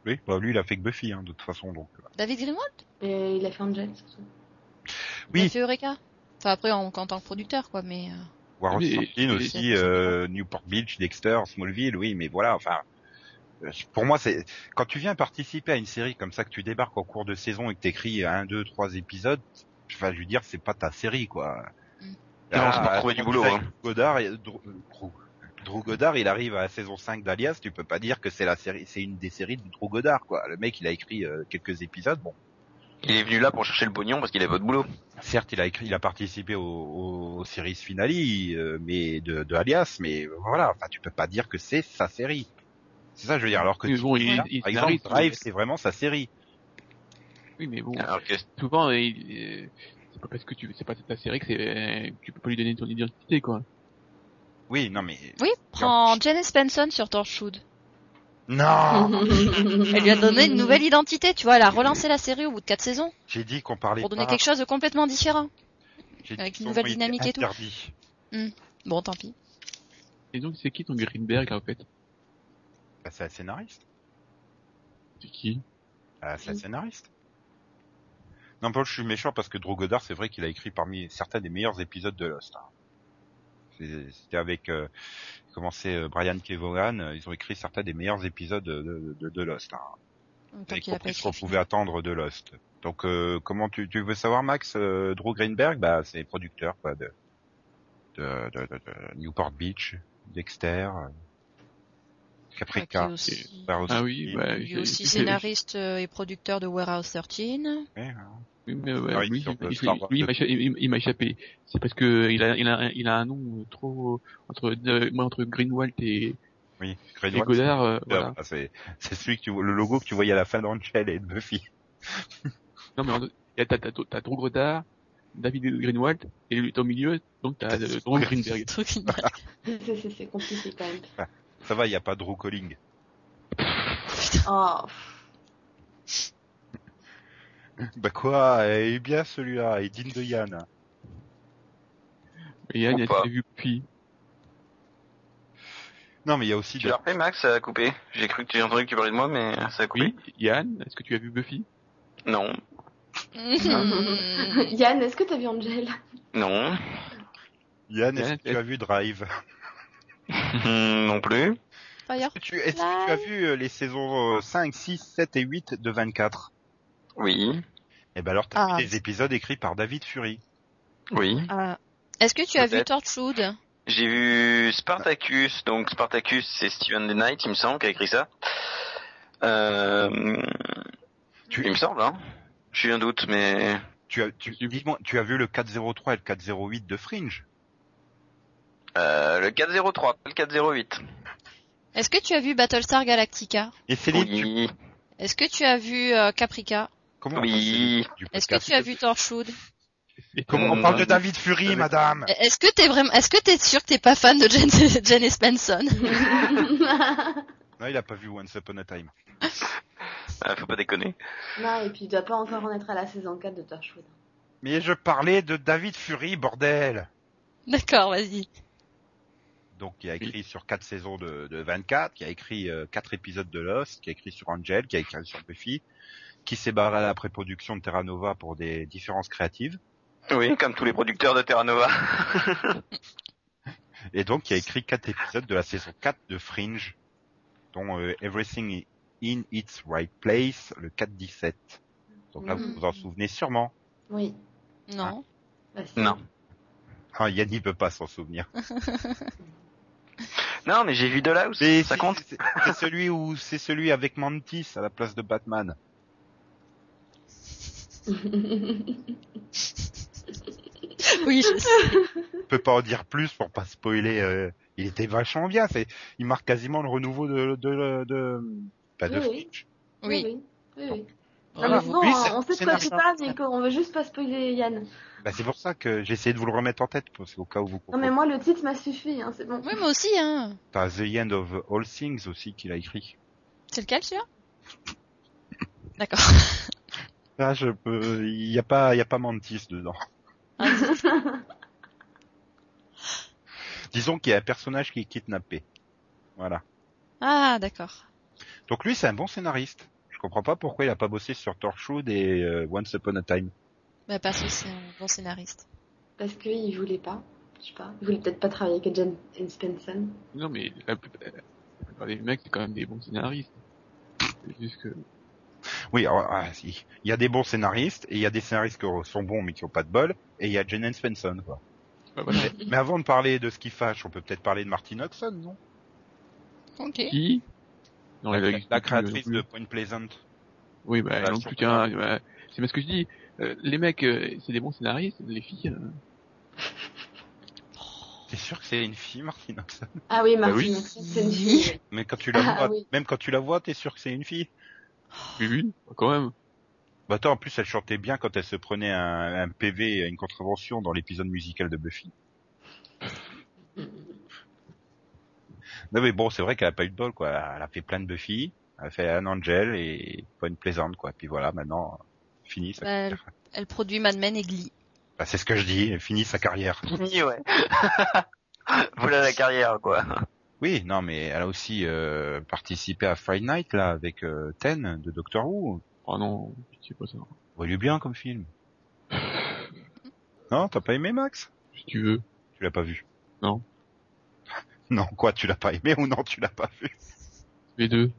Oui, bah, lui, il a fait que Buffy, hein, de toute façon, donc. euh.
David Greenwald
Et il a fait Angel, surtout.
Il
Oui.
a fait Eureka. Enfin, après, en, en tant que producteur, quoi, mais... euh,
Warren
Oui,
Sardine
et-
aussi, euh, Newport Beach, Dexter, Smallville, oui, mais voilà, enfin, euh, pour moi, c'est quand tu viens participer à une série comme ça, que tu débarques en cours de saison et que t'écris un, deux, trois épisodes, enfin, je veux dire, c'est pas ta série, quoi. Ah,
Mm.
Non, c'est pour trouver du boulot,
avec
hein.
Godard, et- euh, Drew, Drew- Drew Goddard, il arrive à la saison 5 d'Alias, tu peux pas dire que c'est la série, c'est une des séries de Drew Goddard, quoi. Le mec, il a écrit euh, quelques épisodes, bon.
Il est venu là pour chercher le pognon parce qu'il avait pas de boulot.
Certes, il a écrit, il a participé au- au- aux séries finales, euh, mais de, de Alias, mais voilà, enfin, tu peux pas dire que c'est sa série. C'est ça, que je veux dire. Alors que
Mais
tu-
bon, il-
voilà,
il
par
scénarise,
exemple, Drive,
mais-
c'est vraiment sa série.
Oui, mais bon.
Alors que
Souvent, euh, il- euh, c'est pas parce que tu, c'est pas ta série que c'est, euh, tu peux pas lui donner ton identité, quoi.
Oui, non mais
Oui, prends Janice Benson sur Torchwood. Mhm.
non.
Ah. Elle lui a donné une nouvelle identité, tu vois, elle a relancé la série au bout de quatre saisons,
J'ai dit qu'on parlait
pour donner
pas.
quelque chose de complètement différent.
J'ai dit
avec
que
une
son
nouvelle
nom était
dynamique et tout.
interdit.
Bon, tant pis.
Et donc, c'est qui ton Greenberg, là, en fait?
Bah, c'est un scénariste.
C'est qui?
Ah, c'est un scénariste. Non, Paul, je suis méchant parce que Drew Goddard, c'est vrai qu'il a écrit parmi certains des meilleurs épisodes de Lost. hein. C'est- C'était avec euh, comment c'est, euh, Brian Kevogan. euh, Ils ont écrit certains des meilleurs épisodes de, de, de- de Lost. Hein. Vous avez compris ce qu'on pouvait attendre de Lost. Donc euh, comment tu, tu veux savoir Max euh, Drew Greenberg, bah c'est producteur quoi de de, de, de- de Newport Beach, Dexter, euh, Caprica.
aussi, Euh,
Barros-
Ah oui, bah,
il est
j'ai-
aussi
j'ai-
scénariste euh, et producteur de Warehouse 13.
Ouais, hein.
Oui, mais ouais,
Ah oui,
lui,
sur
il-
le
il-
Star Wars
lui, il
deux.
m'a écha- il- il m'a échappé. C'est parce que il a, il a, un- il a un nom euh, trop entre de- moi entre Greenwald et,
Oui,
et
Greenwald,
Goddard. euh,
c'est-
voilà.
ah, c'est c'est celui que tu vois- le logo que tu voyais à la fin d'Angel et de Buffy.
Non mais en- il y a- t'as t'as t'as Drew Goddard, David Greenwald et lui t'es au milieu, donc t'as euh, Drew Greenberg.
Truc ignoble.
C'est- c'est- C'est c'est compliqué quand même.
Ça va, il y a pas Drew Colling.
Oh,
Bah quoi Eh bien celui-là, et digne de Yann.
Et Yann,
Ou
il a
pas.
vu puis
Non mais il y a aussi
Tu
des-
l'as repris, Max Ça a coupé. J'ai cru que tu j'ai entendu que tu parlais de moi, mais ça a coupé.
Oui, Yann, est-ce que tu as vu Buffy
Non.
Mhm.
Yann, est-ce que t'as vu Angel
Non.
Yann, est-ce
Yann,
que tu as vu Drive
non plus.
Fire.
Est-ce que tu, est-ce que tu as vu euh, les saisons euh, 5, 6, 7 et 8 de 24
Oui.
Eh ben alors t'as
Ah.
vu des épisodes écrits par David Fury.
Oui.
Ah. Est-ce que tu as vu
Peut-être.
Torchwood
J'ai vu Spartacus, donc Spartacus c'est Steven The Knight, il me semble, qui a écrit ça. Euh,
Tu-
Il me semble, hein. J'ai un doute, mais
Tu as, tu,
J'ai vu.
dis-moi, tu as vu le 403 et le 408 de Fringe
euh, le 403, pas le 408.
Est-ce que tu as vu Battlestar Galactica
Et Céline, tu-
Oui,
Est-ce que tu as vu euh, Caprica
comment
oui.
on parle du
Est-ce que
podcast
tu as vu Torchwood
Comment on
Euh,
parle de David Fury,
David-
madame
Est-ce que t'es vraiment Est-ce que t'es sûr que t'es pas fan de Jen, Janice Benson
Non,
Non, il a pas vu Once Upon a Time.
Ah, faut pas déconner.
et puis il doit pas encore en être à la saison 4 de Torchwood.
Mais je parlais de David Fury, bordel
D'accord, vas-y.
Donc, il a écrit sur 4 saisons de, de 24, qui a écrit 4 épisodes de Lost, qui a écrit sur Angel, qui a écrit sur Buffy, qui s'est barré à la pré-production de Terra Nova pour des différences créatives.
Oui, comme tous les producteurs de Terra Nova.
Et donc, il a écrit quatre épisodes de la saison 4 de Fringe, dont euh, Everything in its Right Place, le 4-17. Donc là, vous vous en souvenez sûrement.
Oui.
Non.
Bah, si.
Non.
Ah, Yann, il peut pas s'en souvenir.
Non, mais j'ai vu The House.
Mais
ça
si,
compte
C'est c'est celui où c'est celui avec Mantis à la place de Batman.
Ah. Oui, je sais.
Je peux pas en dire plus pour pas spoiler. euh, il était vachement bien. C'est, il marque quasiment le renouveau de de de, pas de
Oui, oui.
Fringe.
Oui.
Oui, oui. oui. Non, mais
Voilà.
c'est
Ah,
bon,
Oui,
hein,
c'est-
on sait de
c'est
quoi
narré.
tu parles, mais qu'on veut juste pas spoiler Yann.
Bah, c'est pour ça que j'ai essayé de vous le remettre en tête parce qu'au cas où vous.
Non, mais moi, le titre m'a suffi, hein, c'est bon.
Oui, moi aussi, hein.
T'as The End of All Things aussi qu'il a écrit.
C'est lequel, celui-là D'accord.
Là, Ah, je peux. Il y a pas, il y a pas Mantis dedans.
Ah, zut.
Disons qu'il y a un personnage qui est kidnappé. Voilà.
Ah, d'accord.
Donc lui, c'est un bon scénariste. Je comprends pas pourquoi il a pas bossé sur Torchwood et euh, Once Upon a Time.
Bah, parce que c'est un bon scénariste.
Parce qu'il voulait pas. Je sais pas. Il voulait peut-être pas travailler avec Jen Spencer.
Non mais la plus- la plupart des mecs c'est quand même des bons scénaristes. C'est juste que
Oui, alors, ah, si. il y a des bons scénaristes et il y a des scénaristes qui sont bons mais qui ont pas de bol. Et il y a Jenen Svensson. Quoi.
bah, voilà.
Mais avant de parler de ce qui fâche, on peut peut-être parler de Martin Oxon, non
Ok.
qui Non, elle
la,
existe
la
plus,
créatrice
non plus.
de Point Pleasant.
Oui, bah,
Voilà,
non
je
plus,
trouve pas.
tiens, bah, c'est bien ce que je dis. Euh, les mecs, euh, c'est des bons scénaristes, les filles. euh,
T'es sûr que c'est une fille, Martin Oxon
Ah oui,
Bah
Martin,
oui.
c'est une fille.
Mais quand tu la
Ah,
vois,
oui.
même quand tu la vois, t'es sûr que c'est une fille
Oh,
oui, oui, quand même.
Bah attends, en plus elle chantait bien quand elle se prenait un, un PV, une contravention dans l'épisode musical de Buffy. Non mais bon, c'est vrai qu'elle a pas eu de bol quoi. Elle a fait plein de Buffy, elle a fait un Angel et pas une plaisante quoi. Puis voilà, maintenant fini sa
Bah,
carrière.
Elle produit Mad Men et Glee.
Bah, c'est ce que je dis, fini sa carrière.
fini, ouais. voilà la carrière, quoi.
Oui, non mais elle a aussi euh, participé à Friday Night là avec euh, Ten de Doctor Who.
Oh non, c'est pas ça.
voyez bien comme film. Non, t'as pas aimé Max
Si tu veux.
Tu l'as pas vu
Non.
Non, quoi, tu l'as pas aimé ou non, tu l'as pas vu
Les deux.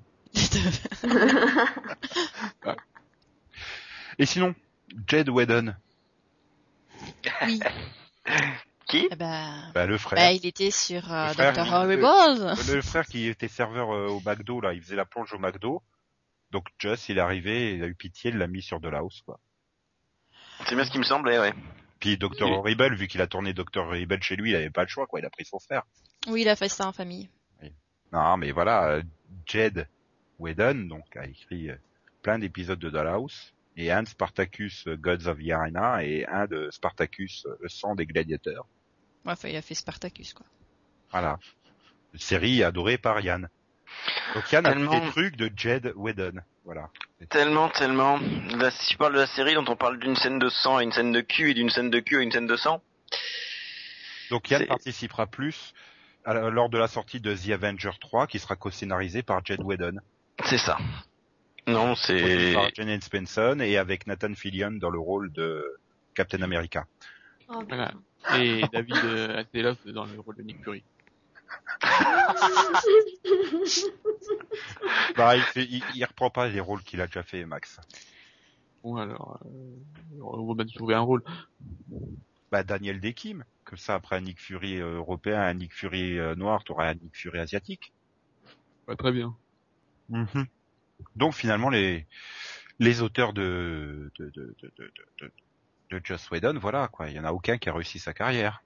Et sinon, Jed Whedon,
oui.
Qui
Eh ben,
bah, le
bah,
frère.
il était sur euh,
Le frère,
Dr.
oui.
Horrible.
Le frère qui était serveur euh, au McDo, là, il faisait la plonge au McDo. Donc Just, il est arrivé, il a eu pitié, il l'a mis sur de la hausse, quoi.
C'est bien ce qui me semblait, ouais.
Puis Dr.
Et-
Horrible, vu qu'il a tourné Dr. Horrible chez lui, il avait pas le choix, quoi, il a pris son frère.
Oui, il a fait ça en famille.
Non, mais voilà, euh, Jed Whedon, donc, a écrit euh, plein d'épisodes de Dollhouse, et un de Spartacus euh, Gods of the Arena, et un de Spartacus euh, Le sang des gladiateurs.
Ouais, Enfin, il a fait Spartacus, quoi.
Voilà. Une série adorée par Yann. Donc Yann a
Tellement-
fait des trucs de Jed Whedon. Voilà.
Tellement, tellement. Là, si je parle de la série dont on parle d'une scène de sang à une scène de cul et d'une scène de cul à une scène de sang,
Donc Yann
C'est-
participera plus à la- lors de la sortie de The Avenger 3, qui sera co-scénarisé par Jed Whedon,
c'est ça. Non,
produit
c'est...
par Jen Spencer et avec Nathan Fillion dans le rôle de Captain America.
Oh,
Voilà. Et David euh, Hasselhoff dans le rôle de Nick Fury.
Pareil, c'est- Bah, il, il reprend pas les rôles qu'il a déjà fait, Max.
Bon, alors, euh, on va bien trouver un rôle.
Bah Daniel Day Kim, comme ça après un Nick Fury euh, européen, un Nick Fury euh, noir, t'auras un Nick Fury asiatique.
Ouais, très bien.
Mhm. Donc finalement les les auteurs de de de de de de, de, de Joss Whedon, voilà quoi, il y en a aucun qui a réussi sa carrière.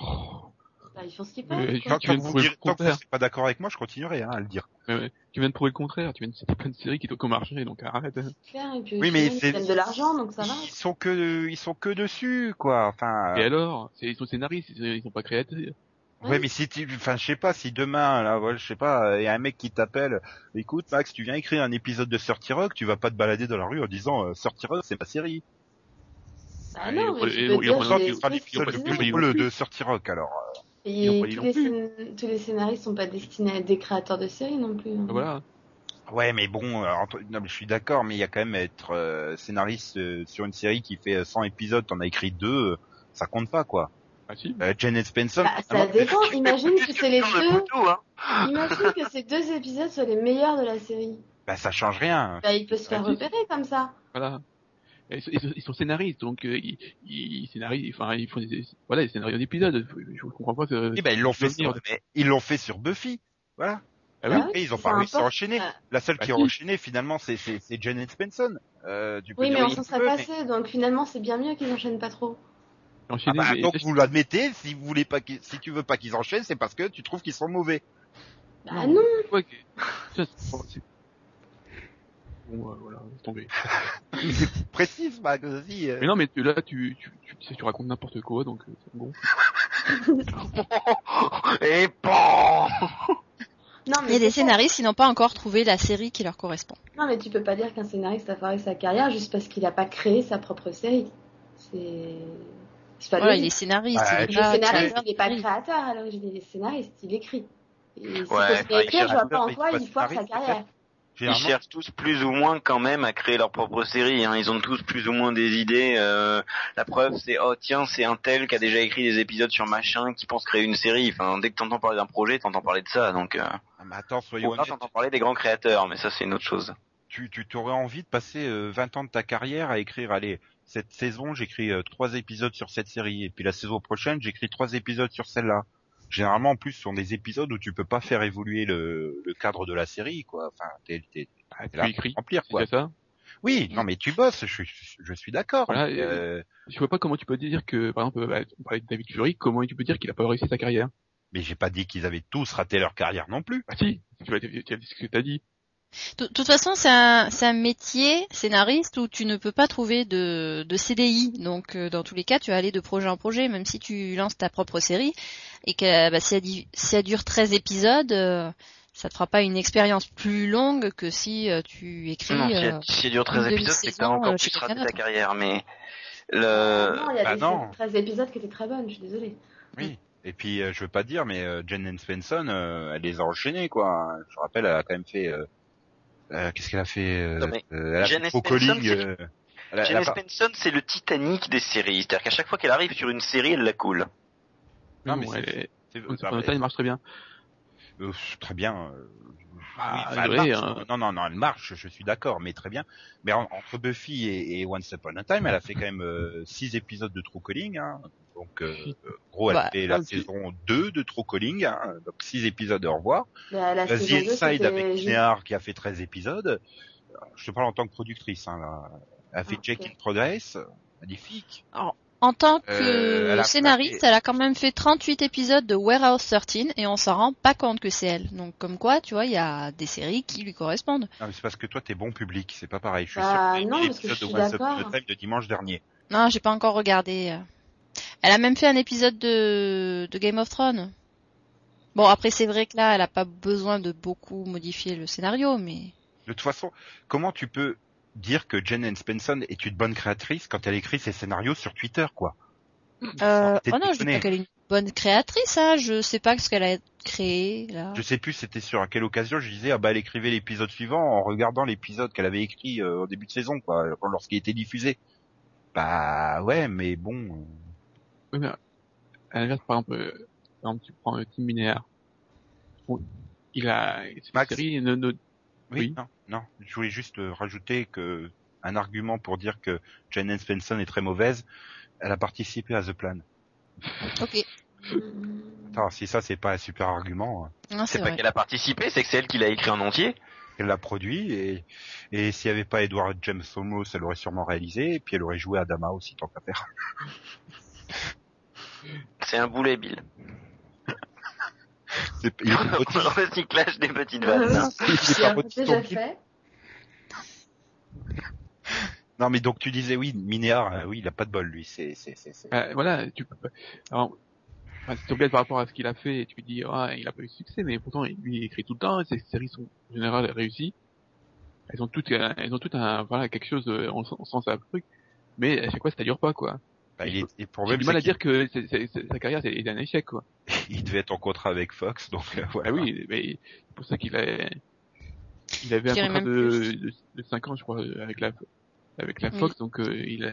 Oh,
bah, ils font ce qu'ils
euh,
peuvent.
tu,
Tant,
tu
tant
viens
que
de
vous
prouver
direz- tant
le
que vous
contraire.
serez pas d'accord avec moi, je continuerai hein, à le dire.
Ouais, ouais. Tu viens de prouver le contraire. Tu viens de citer plein de séries qui ont marché, donc arrête. hein.
Faire, et puis,
Oui,
au
mais
final,
c'est-
ils gagnent de l'argent, donc ça va.
Ils sont que, ils sont que dessus, quoi. Enfin,
Et
euh,
alors c'est- Ils sont scénaristes, ils ils sont pas créateurs.
ouais, mais si tu, enfin, je sais pas, si demain, là, voilà, je sais pas, il y a un mec qui t'appelle, écoute, Max, tu viens écrire un épisode de Sorty Rock, tu vas pas te balader dans la rue en disant, euh, Sorty Rock, c'est ma série.
Bah non,
ils ont-
mais tu
ils
peux
ont- ils ont-
dire,
Par exemple,
j'ai-
il sera
oui,
du
ils ont
seul
pas
c'est
de
ça.
public.
double de Sorty Rock, alors.
Et
Ils ont pas dit
tous,
non
les
plus.
scén- tous les scénaristes sont pas destinés à être des créateurs de séries non plus.
Hmm.
hein.
Ah, Voilà.
Ouais, mais bon, euh, entre- non, mais je suis d'accord, mais il y a quand même être euh, scénariste euh, sur une série qui fait euh, 100 épisodes, t'en as écrit deux, euh, ça compte pas, quoi.
Ah si.
Euh, Janet Spencer.
Bah, ça
finalement,
dépend. Imagine que
Plus
c'est les
putain de
deux.
couteau, hein.
Imagine que ces deux épisodes soient les meilleurs de la série.
bah, ça change rien.
Bah, il peut se faire
Ouais.
repérer comme ça.
Voilà. Et Ils sont, ils sont scénaristes, donc euh, ils, ils scénarisent, enfin ils font des, voilà, des scénarios d'épisodes. Je je comprends pas. ce-
Eh ben, ils l'ont fait,
Venir
sur, ils l'ont fait sur Buffy. Voilà.
Ah
Bah
oui.
oui,
Et ils ont
ça
pas réussi à
importe.
enchaîner.
Euh,
La seule
Bah
qui a
si.
enchaîné finalement, c'est c'est c'est Janet Spenson. Euh, tu peux
Oui,
dire,
mais on s'en serait
peut,
passé, donc finalement c'est bien mieux qu'ils enchaînent pas trop.
Ah
Enchaîner,
bah,
mais-
donc vous l'admettez, si vous voulez pas, qu'ils- si tu veux pas qu'ils enchaînent, c'est parce que tu trouves qu'ils sont mauvais.
Bah non,
Ouais, que- ça, c'est- bon, c'est- Bon, euh, voilà, laisse tomber.
Précise, bah aussi. euh.
Mais non, mais tu- là, tu, tu, tu, tu sais, tu racontes n'importe quoi, donc euh, c'est bon.
Et pan
non
Il y a
Ah, mais,
des
c'est ça.
scénaristes qui n'ont pas encore trouvé la série qui leur correspond.
non mais tu peux pas dire qu'un scénariste a foiré sa carrière juste parce qu'il a pas créé sa propre série. C'est. C'est pas
Voilà, il est
logique.
scénariste.
Bah,
il
Il
est
est
pas
scénariste,
créateur
il
de
est pas
série.
créateur à l'origine, il est scénariste, il écrit. Et si
Ouais,
c'est
il
écrire, je vois
cherche
pas en
un
quoi
peu,
il foire sa
peut-être.
carrière.
Ils
Généralement,
cherchent tous plus ou moins quand même à créer leur propre série. Hein. Ils ont tous plus ou moins des idées. euh, La preuve, c'est oh tiens, c'est un tel qui a déjà écrit des épisodes sur machin qui pense créer une série. Enfin, dès que t'entends parler d'un projet, t'entends parler de ça. Donc, euh...
ah, mais attends, soyons
ou alors
honnêtes,
t'entends parler des grands créateurs, mais ça c'est une autre chose.
tu tu t'aurais envie de passer euh, 20 ans de ta carrière à écrire, allez, cette saison j'écris euh, trois épisodes sur cette série, et puis la saison prochaine j'écris trois épisodes sur celle-là. Généralement, en plus, ce sont des épisodes où tu peux pas faire évoluer le, le cadre de la série, quoi. Enfin, t'es t'es-
Ah, tu
t'es là
écris,
pour remplir,
c'est
quoi.
déjà ça.
Oui, non, mais tu bosses, je, suis- je suis d'accord.
Voilà,
mais,
et-
euh,
Je vois pas comment tu peux dire que, par exemple, bah, on parlait de David Fury, comment tu peux dire qu'il a pas réussi sa carrière
mais j'ai pas dit qu'ils avaient tous raté leur carrière non plus.
Bah si, tu vas tu as dit ce que t'as dit.
De de toute façon, c'est un, c'est un métier scénariste où tu ne peux pas trouver de, de CDI. Donc, euh, dans tous les cas, tu vas aller de projet en projet, même si tu lances ta propre série. Et que bah, si, elle, di- si elle dure 13 épisodes, euh, ça te fera pas une expérience plus longue que si euh, tu écris...
Non, si
euh,
elle- si elle dure 13
une
épisodes, c'est que t'as
demi-saison,
encore
euh, chez
plus raté
quelqu'un
ta
d'autre.
carrière, mais le...
Ah Non, il y a
bah
des
non.
13 épisodes qui étaient très bonnes, je suis désolée.
Oui. Et puis, euh, je veux pas dire, mais euh, Jen Spenson, euh, elle les a enchaînés, quoi. Je rappelle, elle a quand même fait... euh, euh, Qu'est-ce qu'elle a fait euh,
Non, mais
euh, Elle a
Jen
fait Pro
Spencer,
Calling,
c'est-
euh, elle a- elle a
Jane
pas-
Spenson, c'est
Ah,
le Titanic des séries. C'est-à-dire qu'à chaque fois qu'elle arrive sur une série, elle la coule.
Non, mais
Bon,
c'est-
elle est-
C'est-
Once
bah,
Upon a Time marche très bien.
euh, très bien. euh,
Ah,
oui, enfin, elle
ouais,
marche.
hein.
Non, non, non, elle marche, je suis d'accord, mais très bien. Mais en- entre Buffy et, et Once Upon a Time, elle a fait quand même euh, six épisodes de True Calling. Hein. Donc, euh, euh, gros, elle
Bah,
fait la
ok.
saison 2 de True Calling. hein, donc, six épisodes, au revoir.
Bah, la
The
saison 2,
Inside
c'était
avec
juste-
Kinear qui a fait 13 épisodes. Je te parle en tant que productrice. Hein, là. Elle a fait
Ah,
Jack
ok.
in Progress. Magnifique.
En tant que
Euh, elle a
scénariste,
pas-
elle a quand même fait 38 épisodes de Warehouse 13 et on s'en rend pas compte que c'est elle. Donc comme quoi, tu vois, il y a des séries qui lui correspondent.
Non, mais c'est parce que toi, t'es bon public. C'est pas pareil. Je suis
Bah,
sûr que
non,
t'as vu
parce que je
l'épisode
suis
de Once Upon
d'accord.
a Time de dimanche dernier.
Non, j'ai pas encore regardé. euh. Elle a même fait un épisode de, de Game of Thrones. Bon, après c'est vrai que là, elle a pas besoin de beaucoup modifier le scénario, mais
De toute façon, comment tu peux dire que Jen Spenson est une bonne créatrice quand elle écrit ses scénarios sur Twitter, quoi
euh,
T'es
oh non, je dis
déconné.
pas qu'elle est une bonne créatrice. Hein. Je sais pas ce qu'elle a créé là.
Je sais plus c'était sur à quelle occasion, je disais, ah bah elle écrivait l'épisode suivant en regardant l'épisode qu'elle avait écrit euh, au début de saison, quoi, lorsqu'il était diffusé. Bah ouais, mais bon... euh,
Oui, mais à l'inverse, par exemple, euh, par exemple, tu prends euh, Tim Minéar. Bon, il a, cette
Max.
série ne- ne-
Oui,
Oui.
non, non. Je voulais juste euh, rajouter que un argument pour dire que Jane Spencer est très mauvaise, elle a participé à The
Mm.
Plan.
Ok,
Attends, si ça c'est pas un super argument, hein.
non, c'est
C'est pas
vrai.
qu'elle a participé, c'est que c'est elle qui l'a écrit en entier.
elle l'a produit et et s'il y avait pas Edward James Olmos, elle aurait sûrement réalisé et puis elle aurait joué Adama aussi tant qu'à faire.
C'est un boulet, Bill.
C'est- Il est pas petit,
Le recyclage des petites
Ah,
vannes.
il est pas
Bien,
petit,
déjà
ton type.
fait.
Non mais donc tu disais oui, Minéar, euh, oui il a pas de bol lui, c'est c'est c'est. c'est-
euh, voilà, tu peux pas- alors, enfin, si tu regardes par rapport à ce qu'il a fait, tu te dis, ah, il a pas eu de succès, mais pourtant, il- lui, il écrit tout le temps, et ses séries sont, en général, réussies. Elles ont toutes, euh, elles ont toutes un, voilà, quelque chose, euh, on, sent- on sent ça truc. Mais à chaque fois, ça dure pas, quoi.
Bah, il est, et pour
J'ai
même
du mal à
c'est
dire que c'est- c'est- c'est- sa carrière, c'est c'est un échec, quoi.
qu'il- il devait être en contrat avec Fox donc euh, voilà.
Ah oui, mais c'est pour ça qu'il a, il avait un
Je dirais
contrat
même
de,
plus.
de, 5 ans, je crois, euh, avec la, avec la Fox, donc euh, il a,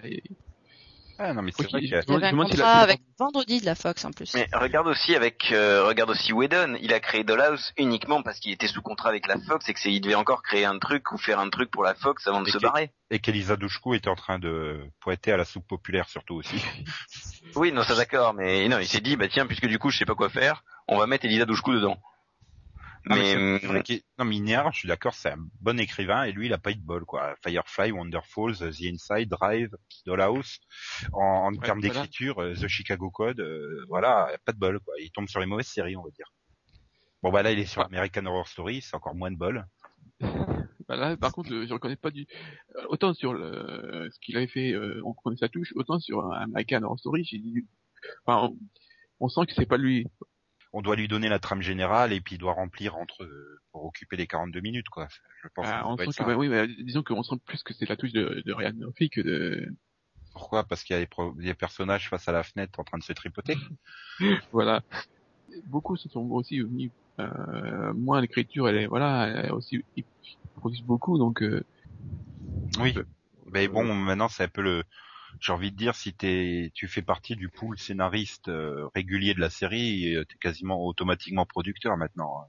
Ah non mais
Oui,
c'est vrai
il-
que
Il y avait un
Demande s'il a-
contrat
s'il a-
avec Vendredi de la Fox en plus.
Mais regarde aussi avec, euh, regarde aussi Whedon. Il a créé Dollhouse uniquement parce qu'il était sous contrat avec la Fox et que c'est, il devait encore créer un truc ou faire un truc pour la Fox avant de
Et
se
que-
barrer.
et qu'Elisa Douchkou était en train de pointer à la soupe populaire surtout aussi.
Oui, non, ça d'accord, mais non, il s'est dit, bah tiens, puisque du coup, je sais pas quoi faire, on va mettre Elisa Douchkou dedans.
Non, mais
Mais,
c'est-
euh,
c'est
hum,
vrai qu'il- non, mais Inéar, je suis d'accord, c'est un bon écrivain et lui, il a pas eu de bol, quoi. Firefly, Wonderfalls, The Inside, Drive, Dollhouse. En, en
Ouais,
termes
voilà.
d'écriture, euh, The Chicago Code, euh, voilà, pas de bol, quoi. Il tombe sur les mauvaises séries, on va dire. Bon, bah là, il est sur
Ouais.
American Horror Story, c'est encore moins de bol.
Bah là, par contre, euh, je reconnais pas du. euh, Autant sur le... ce qu'il avait fait, euh, on reconnaît sa touche, autant sur euh, American Horror Story, j'ai dit. Enfin, on... on sent que c'est pas lui.
On doit lui donner la trame générale et puis il doit remplir entre, euh, pour occuper les 42 minutes, quoi. Je pense
Ah,
que ça
on
doit
sent
être
que,
ça.
bah oui, bah, disons qu'on sent plus que c'est la touche de, de Ryan Murphy que de.
Pourquoi? Parce qu'il y a des, pro- des personnages face à la fenêtre en train de se tripoter.
Voilà. Beaucoup se sont aussi mis euh, moins à l'écriture, elle est voilà, elle est aussi ils produisent beaucoup, donc euh,
Oui.
Euh,
Mais bon, maintenant c'est un peu le. J'ai envie de dire, si t'es, tu fais partie du pool scénariste euh, régulier de la série, euh, t'es quasiment automatiquement producteur maintenant. hein.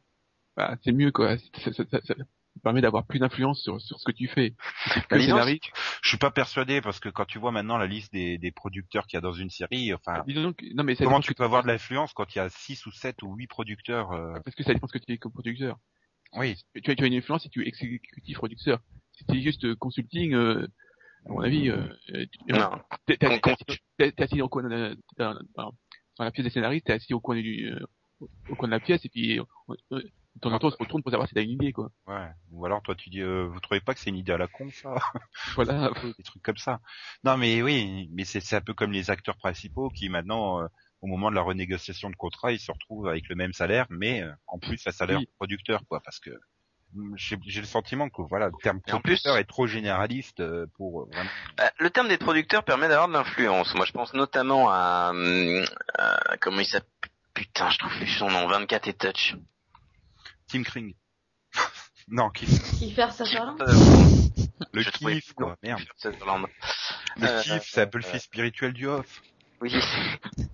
bah, c'est mieux quoi. Ça, ça- ça- ça permet d'avoir plus d'influence sur, sur ce que tu fais.
Ah,
bah,
Que
dis donc,
scénariste.
Je suis pas persuadé parce que quand tu vois maintenant la liste des, des producteurs qu'il y a dans une série, enfin,
Disons que- non mais
ah.
ça
comment
dépend
tu
ce que
peux avoir de l'influence quand il y a six ou sept ou huit producteurs euh,
Parce que ça dépend ce que tu es comme producteur.
Oui.
Tu as, tu as une influence si tu es exécutif producteur. Si tu es juste euh, consulting, euh, à mon avis, euh, euh, tu-
non.
t'es t'es-
on compte.
t'es- t'es assis au coin de, de- de- pardon, dans la pièce des scénaristes, t'es assis au coin du, euh, au- au coin de la pièce et puis euh, euh, de temps en temps on se retourne pour savoir si t'as une idée quoi.
Ouais. Ou alors toi tu dis, euh, vous trouvez pas que c'est une idée à la con ça
Voilà.
des trucs comme ça. Non, mais oui, mais c'est c'est un peu comme les acteurs principaux qui maintenant, euh, au moment de la renégociation de contrat, ils se retrouvent avec le même salaire, mais euh, en plus un salaire
Oui.
producteur, quoi, parce que mm, j'ai j'ai le sentiment que voilà, le terme
Et en
producteur
plus-
est trop généraliste euh, pour euh, vraiment.
Bah, le terme des producteurs permet d'avoir de l'influence. Moi, je pense notamment à, hum, à- comment il s'appelle Putain, je trouve plus son nom. 24 et Touch.
Tim Kring. non, kiff.
Qui faire ça faire
Euh,
le
je trouvais
kiff,
plus
quoi.
long.
Merde,
Sutherland.
le
Euh,
kiff, c'est un peu le
euh,
fils spirituel du off.
Oui.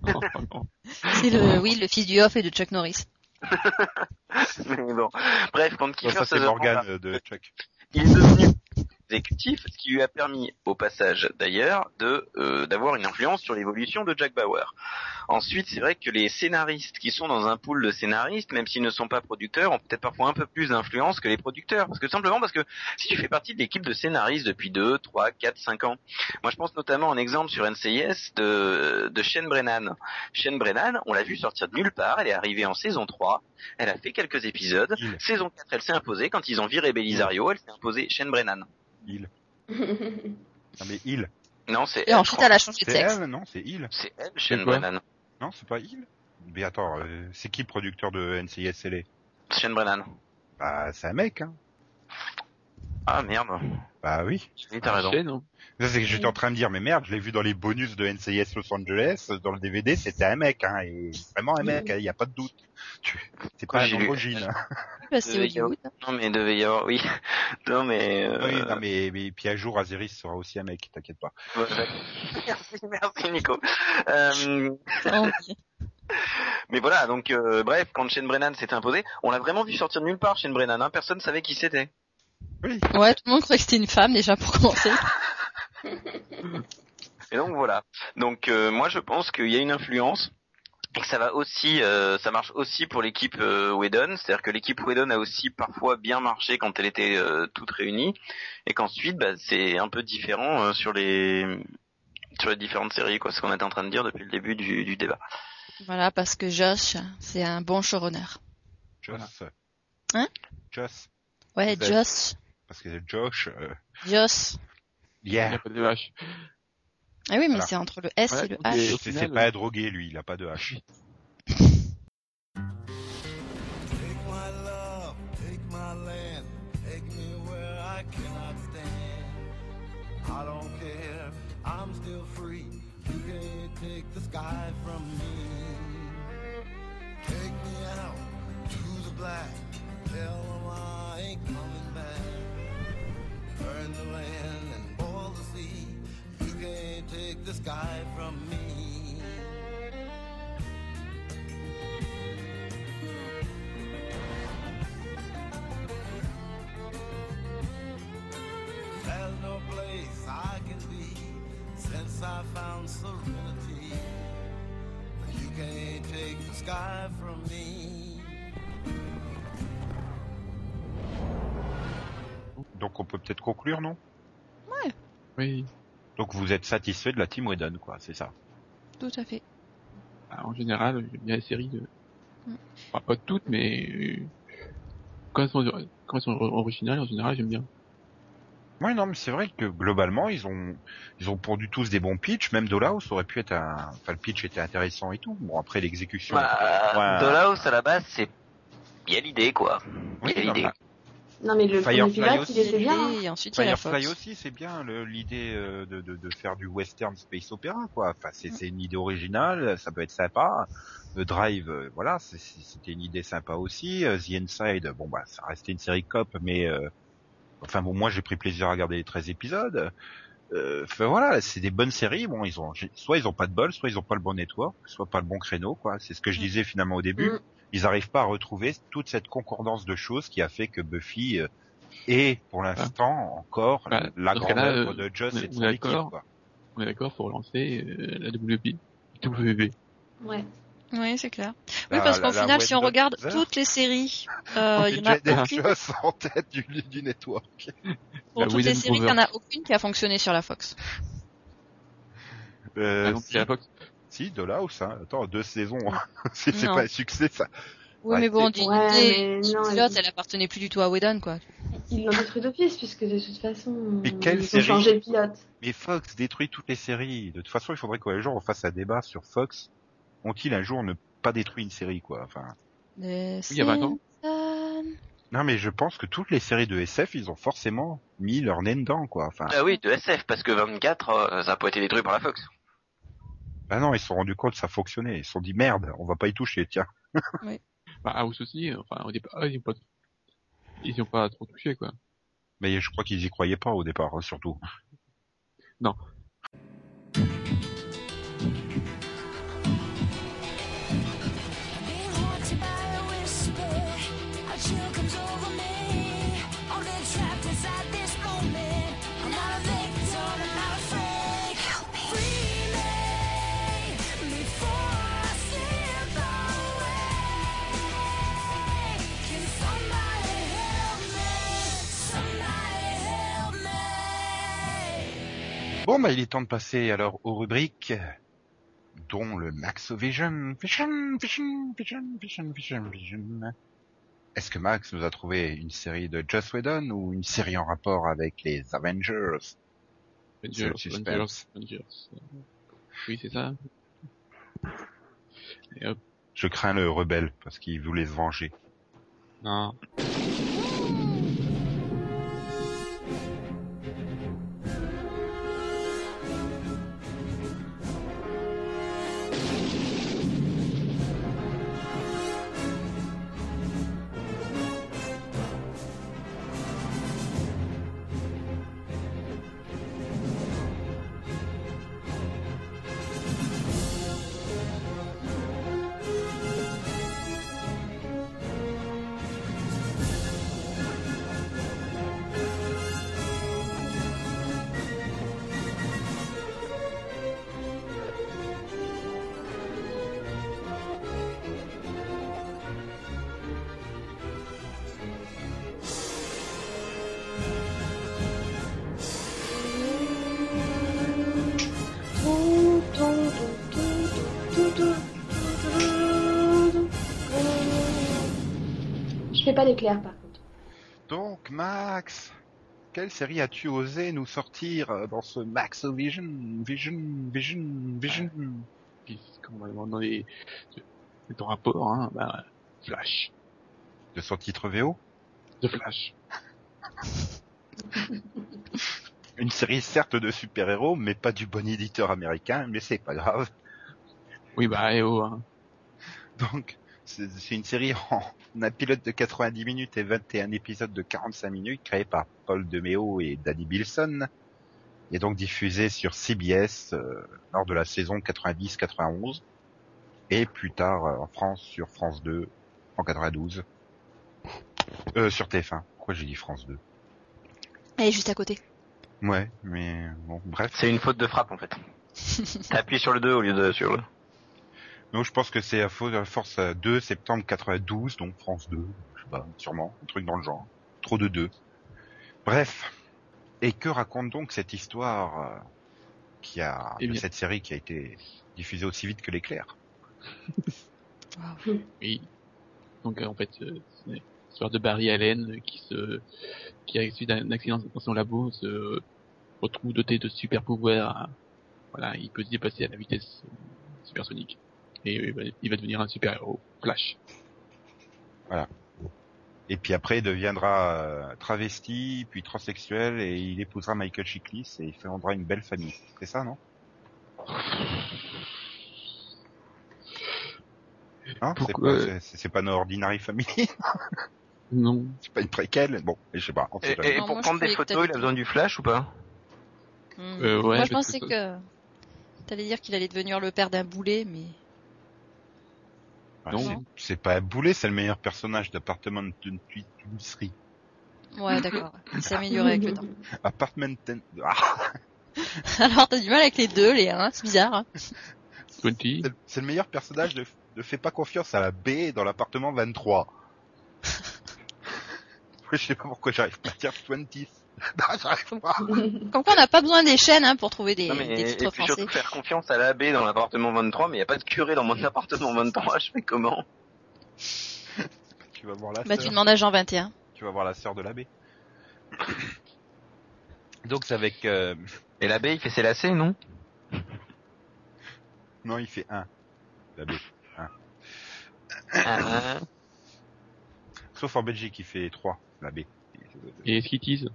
Oh, non.
C'est le, oui, le fils du Hoff et de Chuck Norris.
Mais bon. Bref, quand
Non,
Kiefer
ça, c'est
Sutherland a-
Morgane euh, de Chuck.
Il est devenu exécutif, ce qui lui a permis, au passage d'ailleurs, de euh, d'avoir une influence sur l'évolution de Jack Bauer. Ensuite, c'est vrai que les scénaristes qui sont dans un pool de scénaristes, même s'ils ne sont pas producteurs, ont peut-être parfois un peu plus d'influence que les producteurs, parce que simplement parce que si tu fais partie de l'équipe de scénaristes depuis 2, 3, 4, 5 ans, moi je pense notamment à un exemple sur NCIS de, de Shane Brennan. Shane Brennan, on l'a vu sortir de nulle part, elle est arrivée en saison 3, elle a fait quelques épisodes,
Il.
saison 4 elle s'est imposée, quand ils ont viré Belisario, elle s'est imposée Shane Brennan.
Il.
oui,
Non, mais il.
Non, c'est
Et
elle,
ensuite,
je crois.
elle a changé de
C'est
sexe.
elle Non, c'est il.
C'est elle, Shane
C'est quoi
Brennan.
Non, c'est pas il. Mais attends, euh, c'est qui le producteur de NCIS LA
Shane Brennan.
Bah, c'est un mec, hein.
Ah merde.
Bah oui.
Oui, t'as raison.
Chaîne, hein.
Ça, c'est que j'étais en train de dire, mais merde, je l'ai vu dans les bonus de NCIS Los Angeles, euh, dans le DVD, c'était un mec, hein, et vraiment un mec, hein, il n'y a pas de doute. Tu- C'est pas un
J'ai lu.
androgyne. hein.
Bah, c'est
Euh,
Hollywood.
Non mais il devait y avoir, oui. Non mais. euh,
Oui, non, mais, mais puis un jour, Azeris sera aussi un mec, t'inquiète pas.
voilà. merci, merci Nico. Euh,
Oh, oui.
mais voilà, donc euh, bref, quand Shane Brennan s'est imposé, on l'a vraiment vu sortir de nulle part Shane Brennan. Hein, personne savait qui c'était.
Oui.
Ouais, tout le monde croyait que c'était une femme déjà pour commencer.
Et donc voilà. Donc euh, moi je pense qu'il y a une influence et que ça va aussi, euh, ça marche aussi pour l'équipe euh, Whedon. C'est-à-dire que l'équipe Whedon a aussi parfois bien marché quand elle était euh, toute réunie et qu'ensuite bah, c'est un peu différent euh, sur les sur les différentes séries quoi. Ce qu'on était en train de dire depuis le début du, du débat.
Voilà, parce que Josh, c'est un bon showrunner.
Joss.
Hein
Joss.
Ouais,
Ben.
Josh.
Parce que Josh, euh,
Josh.
Il n'y a
yeah.
pas de hache.
Ah oui, mais
Voilà.
c'est entre le S
Ouais,
et le
ok.
H.
Et au
C'est
final,
c'est pas un drogué, lui, il a pas de H.
Take my love, take my land, take me where I cannot stand. I don't care, I'm still free. You can't take the sky from me. Take me out to the black, tell 'em I ain't coming back. Burn the land and boil the sea. You can't take the sky from me. There's no place I can be since I found serenity. You can't take the sky from me.
Donc on peut peut-être conclure, non
Oui,
Donc vous êtes satisfait de la Team Whedon, quoi, c'est ça
Tout à fait.
Ah, en général, j'aime bien les séries de.
Mm.
Enfin, pas toutes, mais. euh, Quand elles sont, quand elles sont or- originales, en général, j'aime bien.
Ouais, non, mais c'est vrai que globalement, ils ont, ils ont pondu tous des bons pitchs. Même Dollhouse aurait pu être un, enfin, le pitch était intéressant et tout. Bon, après l'exécution.
Bah,
Ouais.
Dollhouse à la base c'est il y a l'idée quoi.
Oui,
Il y a
non,
l'idée.
Non, mais le premier
Firefly
pilote,
aussi,
il était bien. hein.
Et ensuite, il y a la
Firefly
Fox.
aussi, c'est bien le- l'idée euh, de, de, de faire du western space opéra, quoi. Enfin,
Mm.
c'est c'est une idée originale, ça peut être sympa. The Drive, euh, voilà, c'est- c'est- c'était une idée sympa aussi. Euh, The Inside, bon bah, ça restait une série cop, mais euh, enfin bon, moi j'ai pris plaisir à regarder les 13 épisodes. Euh, Enfin voilà, c'est des bonnes séries. Bon, ils ont soit ils ont pas de bol, soit ils ont pas le bon network, soit pas le bon créneau, quoi. C'est ce que je disais finalement au début.
Mm.
Ils arrivent pas à retrouver toute cette concordance de choses qui a fait que Buffy euh, est pour l'instant encore
Bah,
la
dans ce
grande
cas-là,
œuvre
euh,
de Joss et de
on est
son équipe.
d'accord.
quoi.
On est d'accord pour relancer euh, la WB.
Euh,
WB.
Mm, Ouais.
Oui, c'est clair. Oui,
La-
parce
Ah, la-
qu'au
la
final, si on
Wendell
regarde
Bezos.
toutes les séries, euh, il y en a
Jade et
aucune,
Joss en tête du, du network.
pour
La
toutes les
Whedon
séries, il y en a aucune qui a fonctionné sur la Fox.
Par
Euh,
exemple, il y
si,
a la Fox.
si, Dollhouse, hein. attends, deux saisons, c'est c'est
Non.
pas un succès ça.
Oui,
Ouais,
mais bon,
c'est-
dit
Ouais, mais non,
pilote,
ils-
elle appartenait plus du tout à Whedon, quoi.
Ils l'ont détruit d'office, puisque de toute façon,
Mais
ils
quelle
ont
série
changé de pilote.
Mais Fox détruit toutes les séries. De toute façon, il faudrait que les gens refassent un débat sur Fox. Ont-ils un jour ne pas détruit une série quoi Enfin,
il y a vingt ans.
non mais je pense que toutes les séries de SF, ils ont forcément mis leur nez dedans quoi. Enfin,
Ah oui, de SF parce que 24 euh, ça a pas été détruit par la Fox.
bah non, ils se sont rendus compte que ça fonctionnait. Ils se sont dit merde, on va pas y toucher, tiens.
Bah, House aussi, enfin, au départ, ah, ils n'ont pas, ils y ont pas trop touché, quoi.
Mais je crois qu'ils y croyaient pas au départ, hein, surtout. Bon, bah, il est temps de passer alors aux rubriques, dont le Max Vision. Vision, Vision, Vision, Vision, Vision, Vision. Est-ce que Max nous a trouvé une série de Joss Whedon ou une série en rapport avec les Avengers C'est le
Avengers,
suspense.
Avengers. euh, Oui, c'est ça. Et hop,
Je crains le rebelle parce qu'il voulait se venger.
non.
Je fais pas l'éclair par contre.
Donc, Max, quelle série as-tu osé nous sortir euh, dans ce Max Vision, Vision, Vision, Vision
Puis, comme on va demander dans les, dans ton rapport, hein, bah, Flash.
de son titre VO
The Flash.
Une série certes de super-héros, mais pas du bon éditeur américain, mais c'est pas grave.
Oui, bah, eh oh, hein.
Donc, c'est c'est une série en en un pilote de 90 minutes et 21 épisodes de 45 minutes créée par Paul DeMeo et Danny Bilson et donc diffusée sur CBS euh, lors de la saison 90-91 et plus tard euh, en France sur France 2 en 92 euh, sur TF1. Pourquoi j'ai dit France 2
Elle est juste à côté.
Ouais, mais bon, bref.
C'est une faute de frappe en fait. T'appuies sur le 2 au lieu de sur le.
Donc je pense que c'est à fo- à force euh, 2 septembre 92, donc France 2, je sais pas, sûrement, un truc dans le genre. Trop de 2. Bref. Et que raconte donc cette histoire euh, qui a
Eh
de
bien.
cette série qui a été diffusée aussi vite que l'éclair
Oui. Donc euh, en fait, euh, c'est l'histoire de Barry Allen euh, qui se, qui a suite à un accident dans son labo se retrouve doté de super pouvoirs. hein. Voilà, il peut se dépasser à la vitesse euh, supersonique et euh, il va- il va devenir un super héros. Flash.
Et puis après il deviendra euh, travesti, puis transsexuel et il épousera Michael Chiklis et il fondera une belle famille. C'est ça, non Hein, c'est
Pourquoi-
pas, c'est- c'est- c'est pas nos Ordinary Family,
Non.
c'est pas une préquelle, bon, je sais pas. on sait
Et,
jamais.
et
Non,
pour
moi, je
prendre des
croyais que
photos,
t'avais
il a
tout.
besoin du flash ou pas
Hmm.
Euh, ouais,
Moi, je
parce
pensais
que
que t'allais dire qu'il allait devenir le père d'un boulet, mais
Ah,
Non.
c'est- C'est pas un boulet, c'est le meilleur personnage d'Appartement Industry.
ouais, d'accord. Il s'est amélioré avec le temps.
Apartment... ten- Ah,
Alors, t'as du mal avec les deux, les uns, c'est bizarre. hein.
20.
c'est- c'est le meilleur personnage de... Ne fais pas confiance à la B dans l'appartement 23. Je sais pas pourquoi j'arrive pas à dire 20. Non, j'arrive pas.
Comme quoi, on n'a pas besoin des chaînes hein, pour trouver des,
Non, mais,
des
Et
titres
puis
français.
surtout faire confiance à l'abbé dans l'appartement 23, mais y a pas de curé dans mon appartement 23, je fais comment
Tu vas voir la
Bah,
sœur.
tu demandes à Jean 21.
Tu vas voir la sœur de l'abbé. Donc c'est avec... euh,
Et l'abbé il fait ses lacets, non
Non, il fait un. L'abbé.
Ah,
Sauf en Belgique, il fait 3. L'abbé.
Et est-ce qu'il tease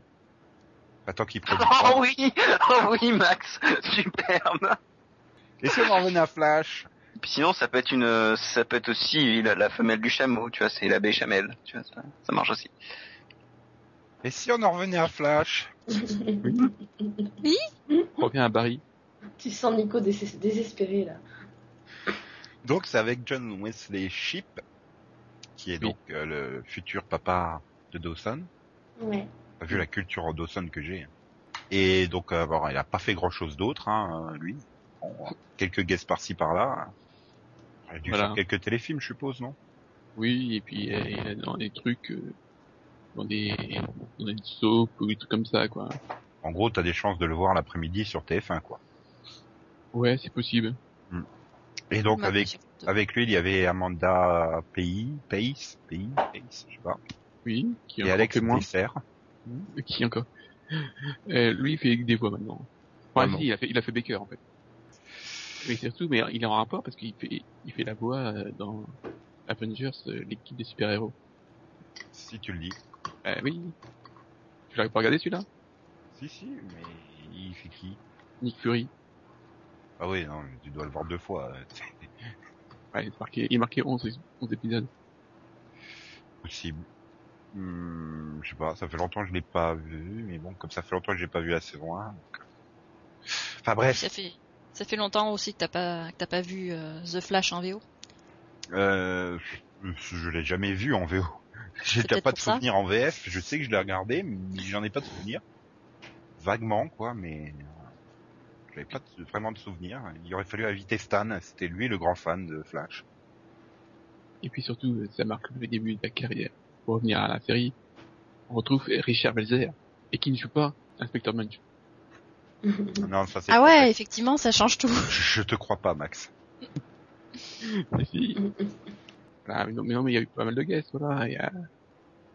Attends qu'il produise.
Oh oui Oh oui, Max Superbe
Et si on en revenait à Flash
Puis sinon, ça peut être une, euh, ça peut être aussi la, la femelle du chameau, tu vois, c'est l'abbé chamel, tu vois, ça, ça marche aussi.
Et si on en revenait à Flash
Revient à Barry.
tu sens Nico dés- désespéré là.
Donc c'est avec John Wesley Shipp, qui est donc euh, le futur papa de Dawson.
Ouais.
T'as
Mm.
vu la culture en Dawson que j'ai. Et donc, euh, bon, il a pas fait grand-chose d'autre, hein, euh, lui. Bon, quelques guests par-ci par-là. Il a dû
Voilà.
faire quelques téléfilms, je suppose, non
Oui, et puis euh, il est dans des trucs, euh, dans des, dans des soaps ou des trucs comme ça, quoi.
En gros, t'as des chances de le voir l'après-midi sur TF1, quoi.
Ouais, c'est possible.
Et donc,
Bah,
avec,
j'ai-
avec lui, il y avait Amanda Pays, Pays, Pays, Pays, je sais pas.
Oui. Qui est
Et
encore
Alex
témoin.
Tesser.
Qui encore Euh, Lui, il fait des voix maintenant.
Ah
Enfin,
non.
si, il a fait, il a fait Baker en fait. Mais surtout, mais il est en rapport parce qu'il fait, il fait la voix euh, dans Avengers, euh, l'équipe des super héros.
Si tu le dis.
Euh, oui. Tu l'as pas regardé celui-là
Si, si, mais il fait qui
Nick Fury.
Ah oui, non, tu dois le voir deux fois. euh, C'est
Ouais, il est marqué, il est marqué 11, 11 épisodes.
possible. Hmm, je sais pas, ça fait longtemps que je l'ai pas vu, mais bon, comme ça fait longtemps que j'ai pas vu la saison 1. donc, euh. Enfin bref,
Ça fait, ça fait longtemps aussi que t'as pas, que t'as pas vu euh, The Flash en VO.
euh, je je l'ai jamais vu en VO. J'ai
peut-être
pas de
pour ça.
souvenir en VF, je sais que je l'ai regardé, mais j'en ai pas de souvenir. Vaguement, quoi, mais... euh, J'avais pas de- vraiment de souvenir. Il aurait fallu inviter Stan, c'était lui le grand fan de Flash.
Et puis surtout, euh, ça marque le début de la carrière. Pour revenir à la série, on retrouve Richard Belzer, et qui ne joue pas Inspecteur Munch.
Non, ça c'est...
Ah ouais, effectivement, ça change tout.
Je te crois pas, Max.
Mais si. Voilà, mais, non, mais non, mais il y a eu pas mal de guests, voilà. Il y a,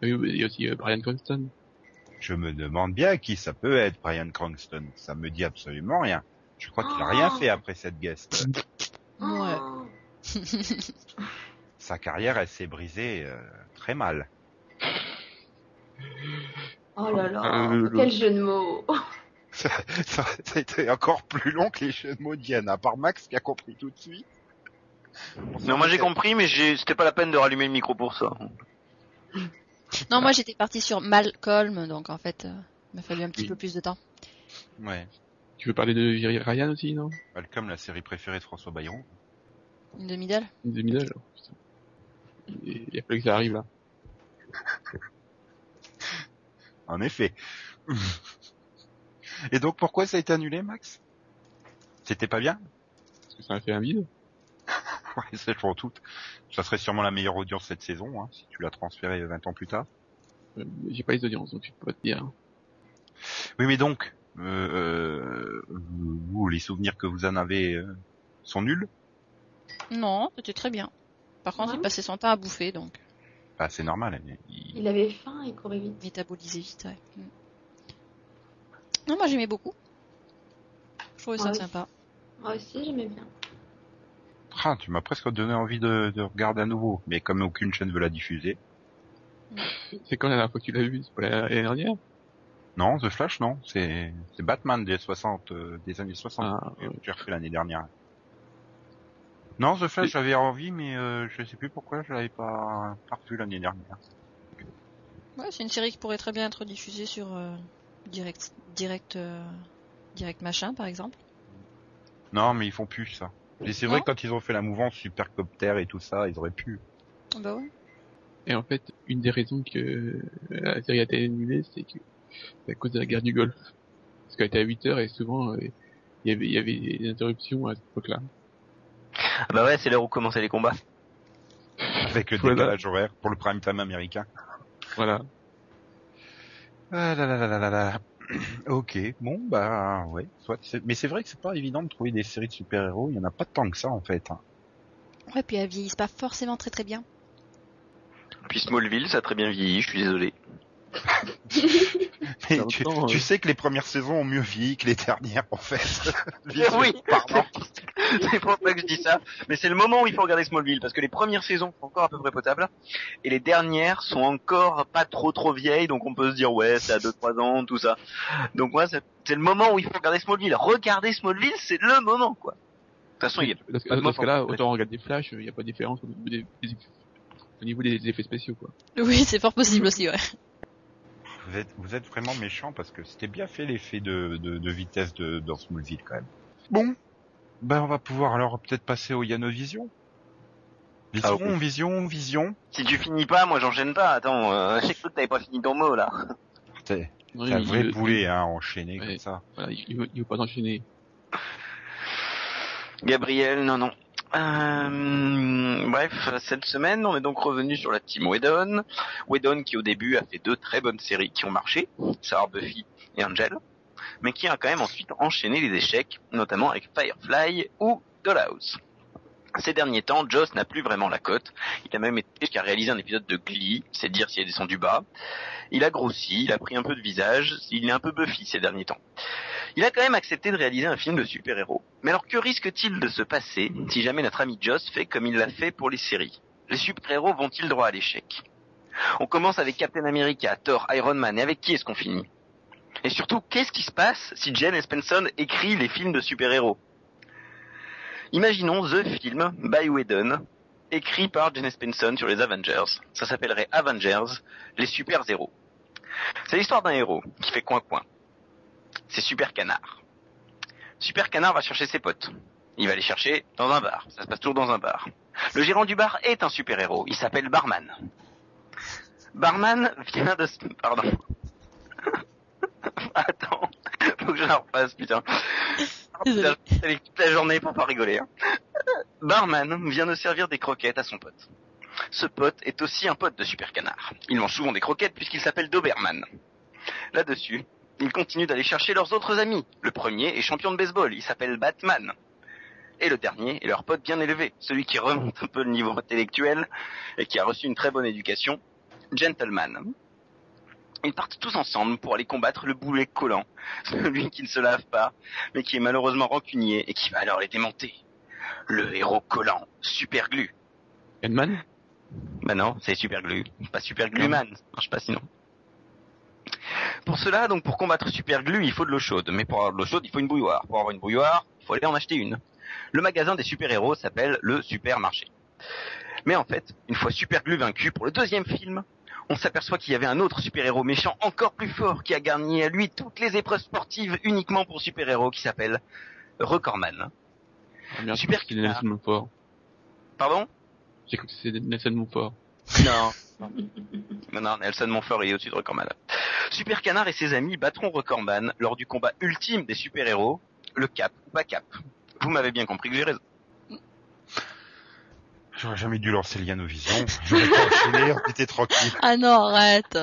il y a eu- il y a aussi euh, Brian Cranston.
Je me demande bien qui ça peut être, Brian Cranston. Ça me dit absolument rien. Je crois qu'il a rien
Ah.
fait après cette guest.
Ouais.
Sa carrière, elle s'est brisée euh, très mal.
Oh là là,
Ah,
Euh, le-
quel jeu de mots.
ça, ça a été encore plus long que les jeux de mots de Yann, à part Max qui a compris tout de suite.
Non, moi j'ai compris, mais j'ai- c'était pas la peine de rallumer le micro pour ça. Oh.
Non, moi j'étais partie sur Malcolm, donc en fait, euh, il m'a fallu un petit
Oui.
peu plus de temps.
Ouais.
Tu veux parler de Jerry Ryan aussi, non
Malcolm, la série préférée de François Bayrou.
Une demi-dalle
Une demi-heure, alors, putain. Il il y a plus que ça arrive, là.
En effet. Et donc, pourquoi ça a été annulé, Max C'était pas bien
Parce que ça a fait un vide.
Ouais, c'est pour tout. Ça serait sûrement la meilleure audience cette saison, hein, si tu l'as transféré 20 ans plus tard.
Euh, J'ai pas les audiences, donc je peux pas te dire.
Oui, mais donc, euh, euh, vous, les souvenirs que vous en avez euh, sont nuls
Non, c'était très bien. Par contre,
Ouais.
il passait son temps à bouffer, donc
Bah, c'est normal. il-
Il avait faim, il courait vite.
métabolisé vite, ouais. Mm. Non, moi j'aimais beaucoup. Je trouvais ça
Ouais.
sympa.
Moi aussi, j'aimais bien.
Ah, tu m'as presque donné envie de, de regarder à nouveau, mais comme aucune chaîne veut la diffuser.
C'est quand la dernière fois que tu l'as vu C'est pas la- l'année dernière
Non, The Flash, non, c'est c'est Batman des 60, euh, des années 60
Ah,
que
ouais.
j'ai refait l'année dernière. Non, The Flash,
Et-
j'avais envie, mais euh, je sais plus pourquoi je l'avais pas, pas revu l'année dernière.
Ouais, c'est une série qui pourrait très bien être diffusée sur euh, direct, direct, euh, direct machin, par exemple.
Non, mais ils font plus ça. Et c'est
Non
vrai que quand ils ont fait la mouvance Supercopter et tout ça, ils auraient pu.
Ah Bah ouais.
Et en fait, une des raisons que euh, la série a été annulée, c'est que c'est à cause de la guerre du Golfe. Parce qu'elle était à 8 heures et souvent, euh, il y avait, il y avait des interruptions à cette époque-là.
Ah bah ouais, c'est l'heure où commençaient les combats.
Avec le
Voilà.
décalage horaire pour le prime time américain.
Voilà.
Ah là là là là là là. ok, bon bah ouais, soit. c'est- Mais c'est vrai que c'est pas évident de trouver des séries de super-héros, il y en a pas tant que ça en fait. hein.
Ouais, puis elles vieillissent pas forcément très très bien.
Puis Smallville, ça a très bien vieilli, je suis désolé.
Mais
Dans le
tu,
temps,
tu
euh.
sais que les premières saisons ont mieux vieilli que les dernières en fait.
Oui,
pardon.
c'est pour ça que je dis ça. Mais c'est le moment où il faut regarder Smallville, parce que les premières saisons sont encore à peu près potables, et les dernières sont encore pas trop trop vieilles, donc on peut se dire ouais, ça a 2-3 ans, tout ça. Donc moi, c'est c'est le moment où il faut regarder Smallville. Regarder Smallville, c'est le moment, quoi. De toute façon, il y a...
Parce que,
Pas de
parce que là,
mof, en fait.
autant on regarde des flashs, euh, il n'y a pas de différence au niveau des, des- au niveau des effets spéciaux, quoi.
Oui, c'est fort possible aussi, ouais.
Vous êtes, vous êtes vraiment méchant parce que c'était bien fait l'effet de, de, de vitesse de, dans Smallville quand même. Bon, ben on va pouvoir alors peut-être passer au Yanovision. Vision,
Ah, oui.
vision, vision.
Si tu finis pas, moi j'enchaîne pas. Attends, euh, j'ai cru que t'avais pas fini ton mot, là.
T'es
Non,
t'es un
il-
vrai
il-
poulet hein, enchaîné
Ouais.
comme ça.
Voilà, il, il veut, il veut pas enchaîner.
Gabriel, non, non. Euh, bref, cette semaine, on est donc revenu sur la team Whedon. Whedon qui au début a fait deux très bonnes séries qui ont marché, savoir Buffy et Angel. mais qui a quand même ensuite enchaîné les échecs, notamment avec Firefly ou Dollhouse. Ces derniers temps, Joss n'a plus vraiment la cote. Il a même été jusqu'à réaliser un épisode de Glee, c'est dire s'il est descendu bas. Il a grossi, il a pris un peu de visage, il est un peu Buffy ces derniers temps. Il a quand même accepté de réaliser un film de super-héros. Mais alors que risque-t-il de se passer si jamais notre ami Joss fait comme il l'a fait pour les séries Les super-héros vont-ils droit à l'échec On commence avec Captain America, Thor, Iron Man, et avec qui est-ce qu'on finit Et surtout, qu'est-ce qui se passe si Jen Espenson écrit les films de super-héros Imaginons The Film by Whedon, écrit par Jen Espenson sur les Avengers. Ça s'appellerait Avengers, les super-héros. C'est l'histoire d'un héros qui fait coin-coin. C'est Super Canard. Super Canard va chercher ses potes. Il va les chercher dans un bar. Ça se passe toujours dans un bar. Le gérant du bar est un super-héros. Il s'appelle Barman. Barman vient de... se- Pardon. Attends. Faut que je la refasse, putain. Ah, putain,
Désolée.
je avec toute la journée pour pas rigoler. hein. Barman vient de servir des croquettes à son pote. Ce pote est aussi un pote de Super Canard. Ils mangent souvent des croquettes puisqu'il s'appelle Doberman. Là-dessus, ils continuent d'aller chercher leurs autres amis. Le premier est champion de baseball, il s'appelle Batman. Et le dernier est leur pote bien élevé, celui qui remonte un peu le niveau intellectuel et qui a reçu une très bonne éducation, Gentleman. Ils partent tous ensemble pour aller combattre le boulet collant, celui qui ne se lave pas, mais qui est malheureusement rancunier et qui va alors les démonter. Le héros collant, Super Glue.
Ant-Man
Bah non, c'est Super Glue, pas Super Glueman, ça marche pas sinon. Pour cela, donc pour combattre Super Glue, il faut de l'eau chaude, mais pour avoir de l'eau chaude, il faut une bouilloire. Pour avoir une bouilloire, il faut aller en acheter une. Le magasin des super-héros s'appelle le supermarché. Mais en fait, une fois Super Glue vaincu pour le deuxième film, on s'aperçoit qu'il y avait un autre super-héros méchant encore plus fort qui a gagné à lui toutes les épreuves sportives uniquement pour super-héros qui s'appelle Recordman.
Ah, merde,
Super
C'est Nelson Montfort.
Pardon
J'ai cru que c'était Nelson Montfort.
Non. non, non, Nelson Montfort est au-dessus de Recordman. Super Canard et ses amis battront Recordman lors du combat ultime des super-héros, le cap ou pas cap. Vous m'avez bien compris que j'ai raison.
J'aurais jamais dû lancer le Vision. J'aurais pas enchaîné, on était tranquille.
Ah non, arrête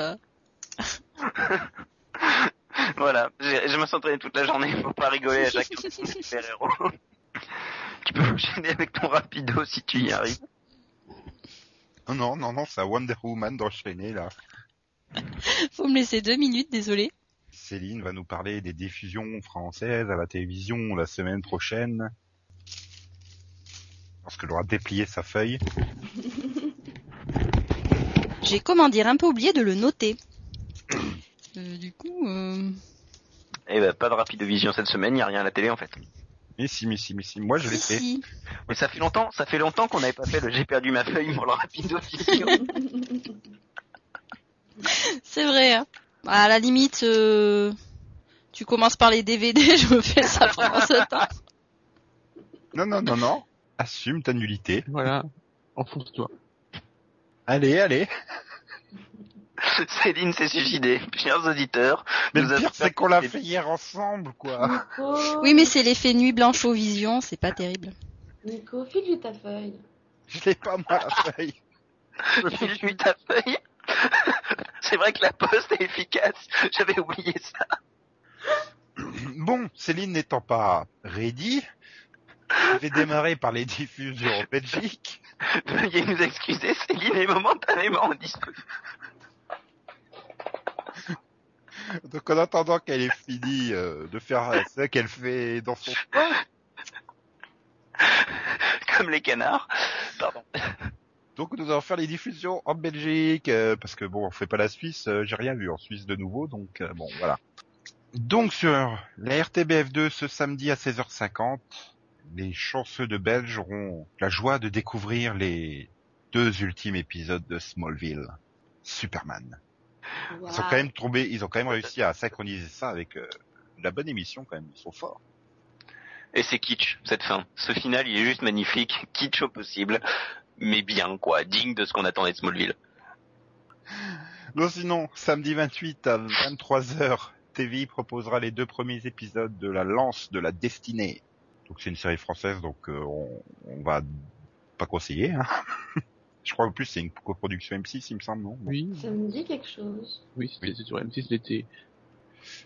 Voilà, j'ai- je me suis entraîné toute la journée faut pas rigoler à chaque super-héros. tu peux enchaîner avec ton rapido si tu y arrives.
Non, non, non, c'est à Wonder Woman d'enchaîner, là.
Faut me laisser deux minutes, désolé.
Céline va nous parler des diffusions françaises à la télévision la semaine prochaine. Lorsqu'elle aura déplié sa feuille.
J'ai, comment dire, un peu oublié de le noter. Euh, du coup, euh,
Eh ben, pas de rapido vision cette semaine, y a rien à la télé en fait.
Mais si, mais si, mais si, moi je l'ai
si,
fait.
si.
Mais ça fait longtemps, ça fait longtemps qu'on n'avait pas fait le j'ai perdu ma feuille pour le rapido vision.
c'est vrai. hein. À la limite, euh, tu commences par les DVD, je me fais ça pendant ce temps.
Non, non, non, non. Assume ta nullité.
Voilà. Enfonce-toi.
Allez, allez.
Céline s'est suicidée. Chers auditeurs,
Mais
nous
le
avons
pire, c'est qu'on l'a fait hier ensemble, quoi.
Nico,
Oui, mais c'est l'effet nuit blanche aux visions, c'est pas terrible.
Nico, file-lui ta feuille.
Je l'ai pas, moi, la feuille.
file-lui ta feuille. C'est vrai que la poste est efficace. J'avais oublié ça.
Bon, Céline n'étant pas ready, je vais démarrer par les diffusions en Belgique.
Veuillez nous excuser, Céline est momentanément disparu.
Donc, en attendant qu'elle ait fini euh, de faire ce qu'elle fait dans son...
Comme les canards. Pardon.
Donc, nous allons faire les diffusions en Belgique, euh, parce que bon, on fait pas la Suisse, euh, j'ai rien vu en Suisse de nouveau, donc euh, bon, voilà. Donc, sur la RTBF2, ce samedi à 16h50, les chanceux de Belge auront la joie de découvrir les deux ultimes épisodes de Smallville. Superman.
Waouh.
Ils ont quand même trouvé, ils ont quand même réussi à synchroniser ça avec euh, la bonne émission quand même. Ils sont forts.
Et c'est kitsch, cette fin. Ce final, il est juste magnifique. Kitsch au possible. Mais bien, quoi. Digne de ce qu'on attendait de Smallville.
Non, sinon, samedi 28 à 23h, TVI proposera les deux premiers épisodes de La Lance de la Destinée. Donc c'est une série française, donc euh, on, on va pas conseiller. hein. Je crois en plus c'est une coproduction M6, il me semble, non
Oui.
Ça me dit quelque chose.
Oui, c'était sur M6 l'été.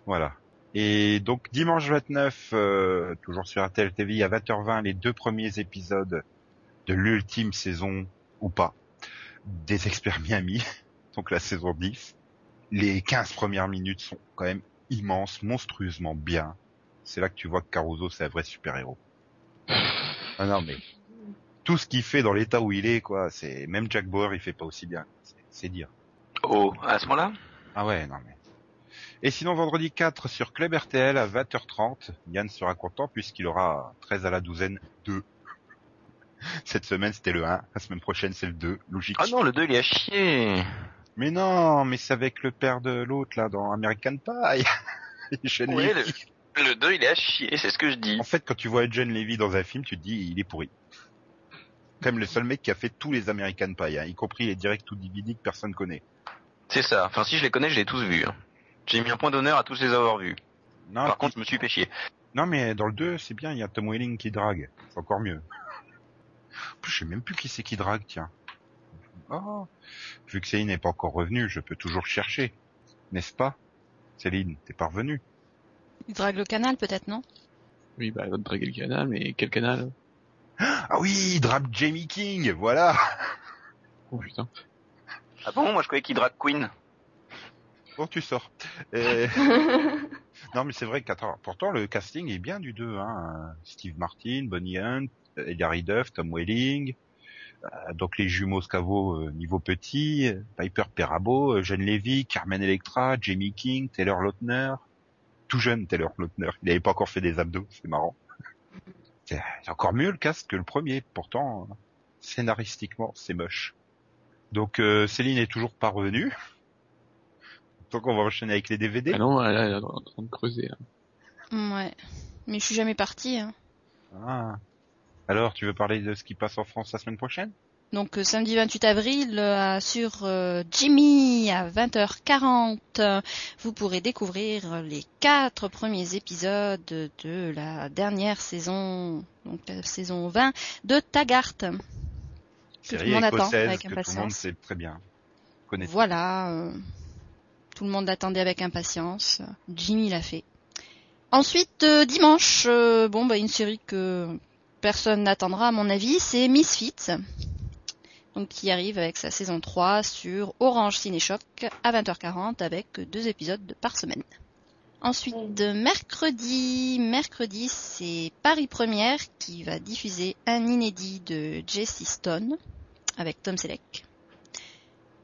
Voilà. Et donc dimanche 29, euh, toujours sur RTL TV, à 20h20, les deux premiers épisodes de l'ultime saison, ou pas, des experts Miami, donc la saison 10. Les 15 premières minutes sont quand même immenses, monstrueusement bien. C'est là que tu vois que Caruso, c'est un vrai super-héros. Ah non, mais tout ce qu'il fait dans l'état où il est, quoi, c'est même Jack Bauer, il fait pas aussi bien. C'est- C'est dire.
Oh, à ce moment-là
Ah ouais, non mais. Et sinon, vendredi 4 sur Club RTL à 20h30, Yann sera content puisqu'il aura 13 à la douzaine 2. Cette semaine, c'était le 1. La semaine prochaine, c'est le 2. Logique.
Ah non, le 2, il a chié.
Mais non, mais c'est avec le père de l'autre, là, dans American Pie. Eugene
Oui,
Levy.
Le 2, il est à chier, c'est ce que je dis.
En fait, quand tu vois John Levy dans un film, tu te dis, il est pourri. Comme le seul mec qui a fait tous les American Pie, hein, y compris les directs ou DVD que personne connaît.
C'est ça. Enfin, si je les connais, je les ai tous vus. hein. J'ai mis un point d'honneur à tous les avoir vus.
Non,
Par contre, je me suis fait chier.
Non, mais dans le 2, c'est bien, il y a Tom Welling qui drague. C'est encore mieux. En plus, Je sais même plus qui c'est qui drague, tiens. Oh. Vu que Céline n'est pas encore revenue, je peux toujours chercher. N'est-ce pas Céline, t'es pas revenue.
Il drague le canal peut-être, non
Oui, bah, il va te draguer le canal, mais quel canal hein
Ah oui, il drague Jamie King, voilà
Oh putain.
Ah bon, moi je croyais qu'il drague Queen.
Bon, tu sors. Euh, non, mais c'est vrai que attends, pourtant, le casting est bien du 2. Hein. Steve Martin, Bonnie Hunt, Hilary Duff, Tom Welling, euh, donc les jumeaux Scavo euh, niveau petit, euh, Piper Perabo, euh, Jeanne Levy, Carmen Electra, Jamie King, Taylor Lautner. Tout jeune Taylor Lautner. Il n'avait pas encore fait des abdos, c'est marrant. C'est c'est encore mieux le cast que le premier. Pourtant, euh, scénaristiquement, c'est moche. Donc euh, Céline est toujours pas revenue. Donc on va enchaîner avec les DVD.
Ah non, elle elle est en train de creuser. là.
Ouais. Mais je suis jamais partie. hein.
Ah. Alors, tu veux parler de ce qui passe en France la semaine prochaine
Donc euh, samedi 28 avril euh, sur euh, Jimmy à 20h40, euh, vous pourrez découvrir euh, les quatre premiers épisodes de la dernière saison, donc la saison 20 de Taggart. tout le
Série
monde attend
écossaise
avec
que tout le monde
impatience.
sait très bien. Connaît.
Voilà, euh, tout le monde l'attendait avec impatience. Jimmy l'a fait. Ensuite, euh, dimanche, euh, bon bah une série que personne n'attendra à mon avis, c'est Misfits. Donc qui arrive avec sa saison 3 sur Orange Cinéchoc à 20h40 avec deux épisodes par semaine. Ensuite, mercredi, mercredi, c'est Paris Première qui va diffuser un inédit de Jesse Stone avec Tom Selleck.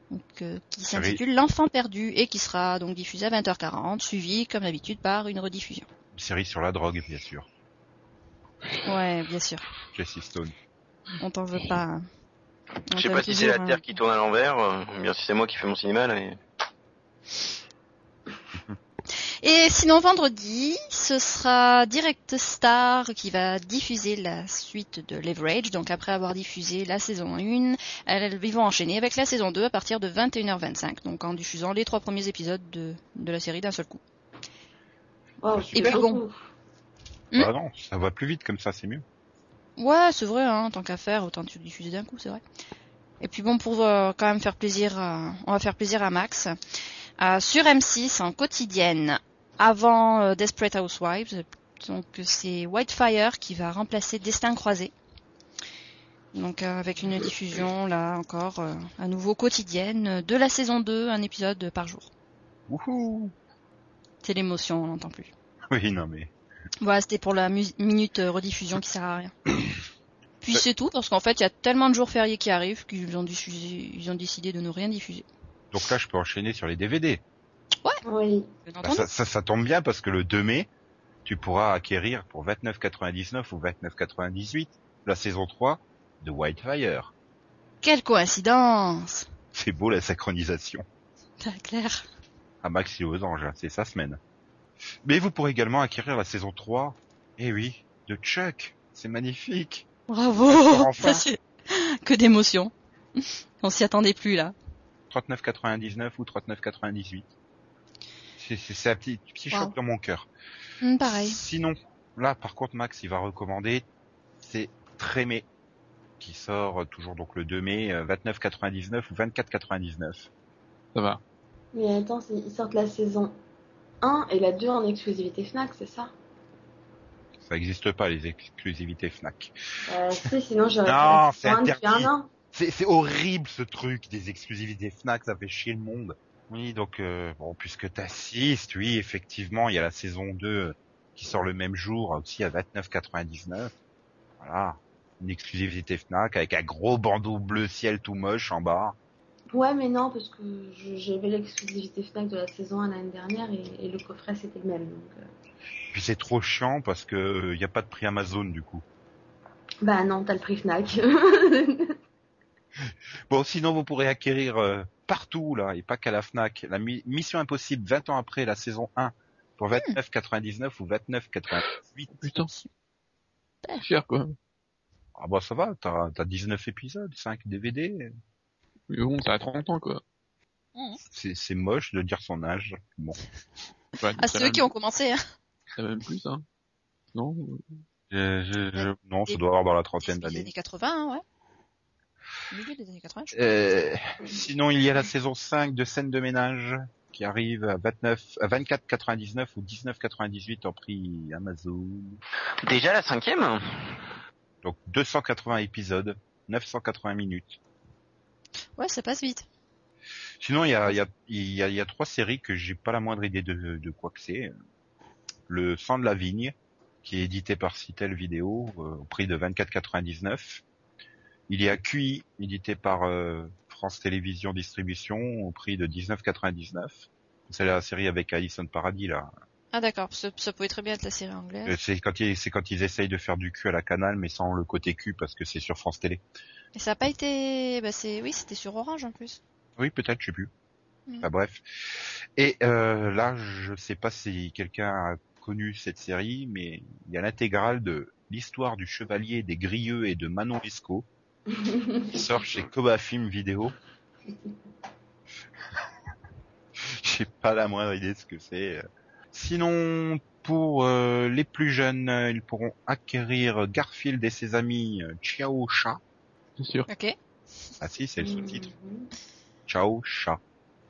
Donc, euh,
Ah
qui
Série.
s'intitule L'enfant perdu et qui sera donc diffusé à 20h40, suivi comme d'habitude par une rediffusion.
Une série sur la drogue, bien sûr.
Ouais, bien sûr.
Jesse Stone.
On t'en veut pas. hein. On
Je sais
t'aime
pas si c'est la
toujours, hein.
Terre qui tourne à l'envers, euh, ou bien si c'est moi qui fais mon cinéma, là, mais...
Et sinon vendredi, ce sera Direct Star qui va diffuser la suite de Leverage. Donc après avoir diffusé la saison 1, elles- ils vont enchaîner avec la saison 2 à partir de 21h25. Donc en diffusant les trois premiers épisodes de, de la série d'un seul coup.
Wow,
Et
c'est
puis bon.
beaucoup.
Hmm
Ah non, ça va plus vite comme ça, c'est mieux.
Ouais, c'est vrai, hein, tant qu'à faire, autant tout diffuser d'un coup, c'est vrai. Et puis bon, pour euh, quand même faire plaisir, à- on va faire plaisir à Max. Euh, sur M6, en quotidienne, avant euh, Desperate Housewives, donc c'est Whitefire qui va remplacer Destin Croisé. Donc euh, avec une diffusion, là encore, euh, à nouveau quotidienne, euh, de la saison 2, un épisode par jour.
Wouhou
C'est l'émotion, on l'entend plus.
Oui, non mais.
Voilà, c'était pour la mu- minute euh, rediffusion qui sert à rien. Puis c'est tout, parce qu'en fait, il y a tellement de jours fériés qui arrivent qu'ils ont, diffusé- ils ont décidé de ne rien diffuser.
Donc là, je peux enchaîner sur les DVD.
Oui.
Bien
Bah,
entendu.
ça, ça, ça tombe bien parce que le 2 mai, tu pourras acquérir pour 29,99 ou 29,98 la saison 3 de Wildfire.
Quelle coïncidence
C'est beau la synchronisation.
T'as clair.
à Maxi aux anges, hein, c'est sa semaine. Mais vous pourrez également acquérir la saison 3, eh oui, de Chuck, c'est magnifique.
Bravo
Enfin.
Ça, c'est- Que d'émotion. On s'y attendait plus, là.
39,99 ou 39,98. C'est- C'est c'est un petit, petit
Wow.
choc dans mon cœur.
Hmm, pareil.
Sinon, là par contre Max il va recommander, c'est Trémé, qui sort euh, toujours donc le 2 mai, euh, 29,99 ou 24,99.
Ça va.
Mais attends, c'est- ils sortent la saison 1 et la 2 en exclusivité Fnac, c'est ça
Ça n'existe pas, les exclusivités Fnac.
Euh, si, sinon j'aurais
Non,
fait
c'est
un depuis
interdit.
un an.
C'est c'est horrible ce truc des exclusivités Fnac, ça fait chier le monde. Oui, donc euh, bon, puisque t'assistes, oui, effectivement, il y a la saison 2 qui sort le même jour aussi à 29,99. Voilà, une exclusivité Fnac avec un gros bandeau bleu ciel tout moche en bas.
Ouais, mais non, parce que je- j'avais l'exclusivité Fnac de la saison 1 l'année dernière et, et le coffret c'était le même. Donc, euh,
Puis c'est trop chiant parce que euh, il y a pas de prix Amazon du coup.
Bah non, t'as le prix Fnac.
Bon, sinon vous pourrez acquérir euh, partout là et pas qu'à la Fnac la mi- Mission Impossible 20 ans après la saison 1 pour 29,99 ou 29,98.
Oh, Putain. Cher, quoi.
Ah bah ça va, t'as t'as 19 épisodes, 5 DVD.
Mais bon, ça a 30 ans, quoi.
C'est c'est moche de dire son âge. Bon,
Enfin,
À
ça
ceux
va
qui ont commencé, hein.
Ça va même plus, hein. Non
Euh, non, ça doit avoir dans la trentaine
Des années
d'années.
80, hein, ouais. Au Milieu des années 80, je
Euh, sinon, il y a la saison 5 de Scène de ménage qui arrive à 29, à 24,99 ou 19,98 en prix Amazon.
Déjà la cinquième
Donc 280 épisodes, 980 minutes.
crois. Ouais, ça passe vite.
Sinon, il y a, il y, a, il y, a, il y a trois séries que j'ai pas la moindre idée de, de quoi que c'est. Le sang de la vigne, qui est édité par Citel Vidéo euh, au prix de 24,99. Il y a QI, édité par euh, France Télévisions Distribution au prix de 19,99. C'est la série avec Alison Paradis là.
Ah d'accord, ça, ça pouvait très bien être la série
Euh,
anglaise.
C'est quand ils c'est quand ils essayent de faire du cul à la canal, mais sans le côté cul parce que c'est sur France Télé.
Et ça a pas été... Bah, c'est... Oui, c'était sur Orange en plus.
Oui, peut-être, je sais plus.
Mm.
Enfin, bref. Et euh, là, je sais pas si quelqu'un a connu cette série, mais il y a l'intégrale de l'histoire du chevalier des Grieux et de Manon Lescaut qui sort chez Koba Film Vidéo. J'ai pas la moindre idée de ce que c'est. euh. Sinon, pour euh, les plus jeunes, euh, ils pourront acquérir Garfield et ses amis euh, Ciao Chat.
C'est sûr.
Ok.
Ah si, c'est le
Mm.
sous-titre. Ciao Chat.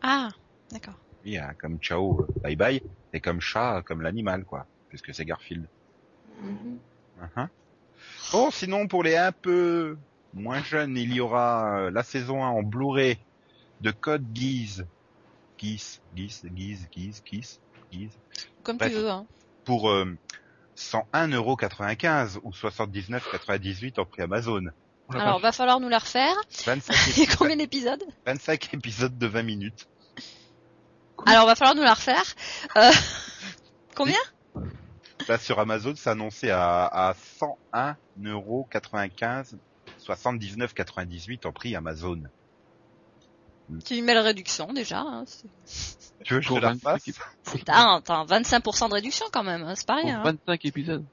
Ah, d'accord.
Oui, hein, comme ciao, euh, bye bye, et comme chat, euh, comme l'animal, quoi, puisque c'est Garfield.
Mhm.
Uh-huh. Bon, sinon, pour les un peu moins jeunes, il y aura euh, la saison 1 en Blu-ray de Code Geass. Geass, Geass, Geass, Geass, Geass, Geass.
Comme
Bah,
Bref.
tu veux, hein.
Pour euh, 101,95€ ou 79,98€ en prix Amazon.
Oh la
Alors,
vache.
va falloir nous la refaire.
25,
Il y a combien d'épisodes
25 épisodes de 20 minutes.
Alors, va falloir nous la refaire. Euh, Combien
Là, sur Amazon, c'est annoncé à, à 101,95€, 79,98 en prix Amazon.
Tu y mets la réduction déjà. Hein. C'est... hein.
Tu veux que je te
Pour
la
25
fasse
épisodes.
T'as, t'as 25% de réduction quand même, hein, c'est pas
Pour
rien. hein.
25 épisodes.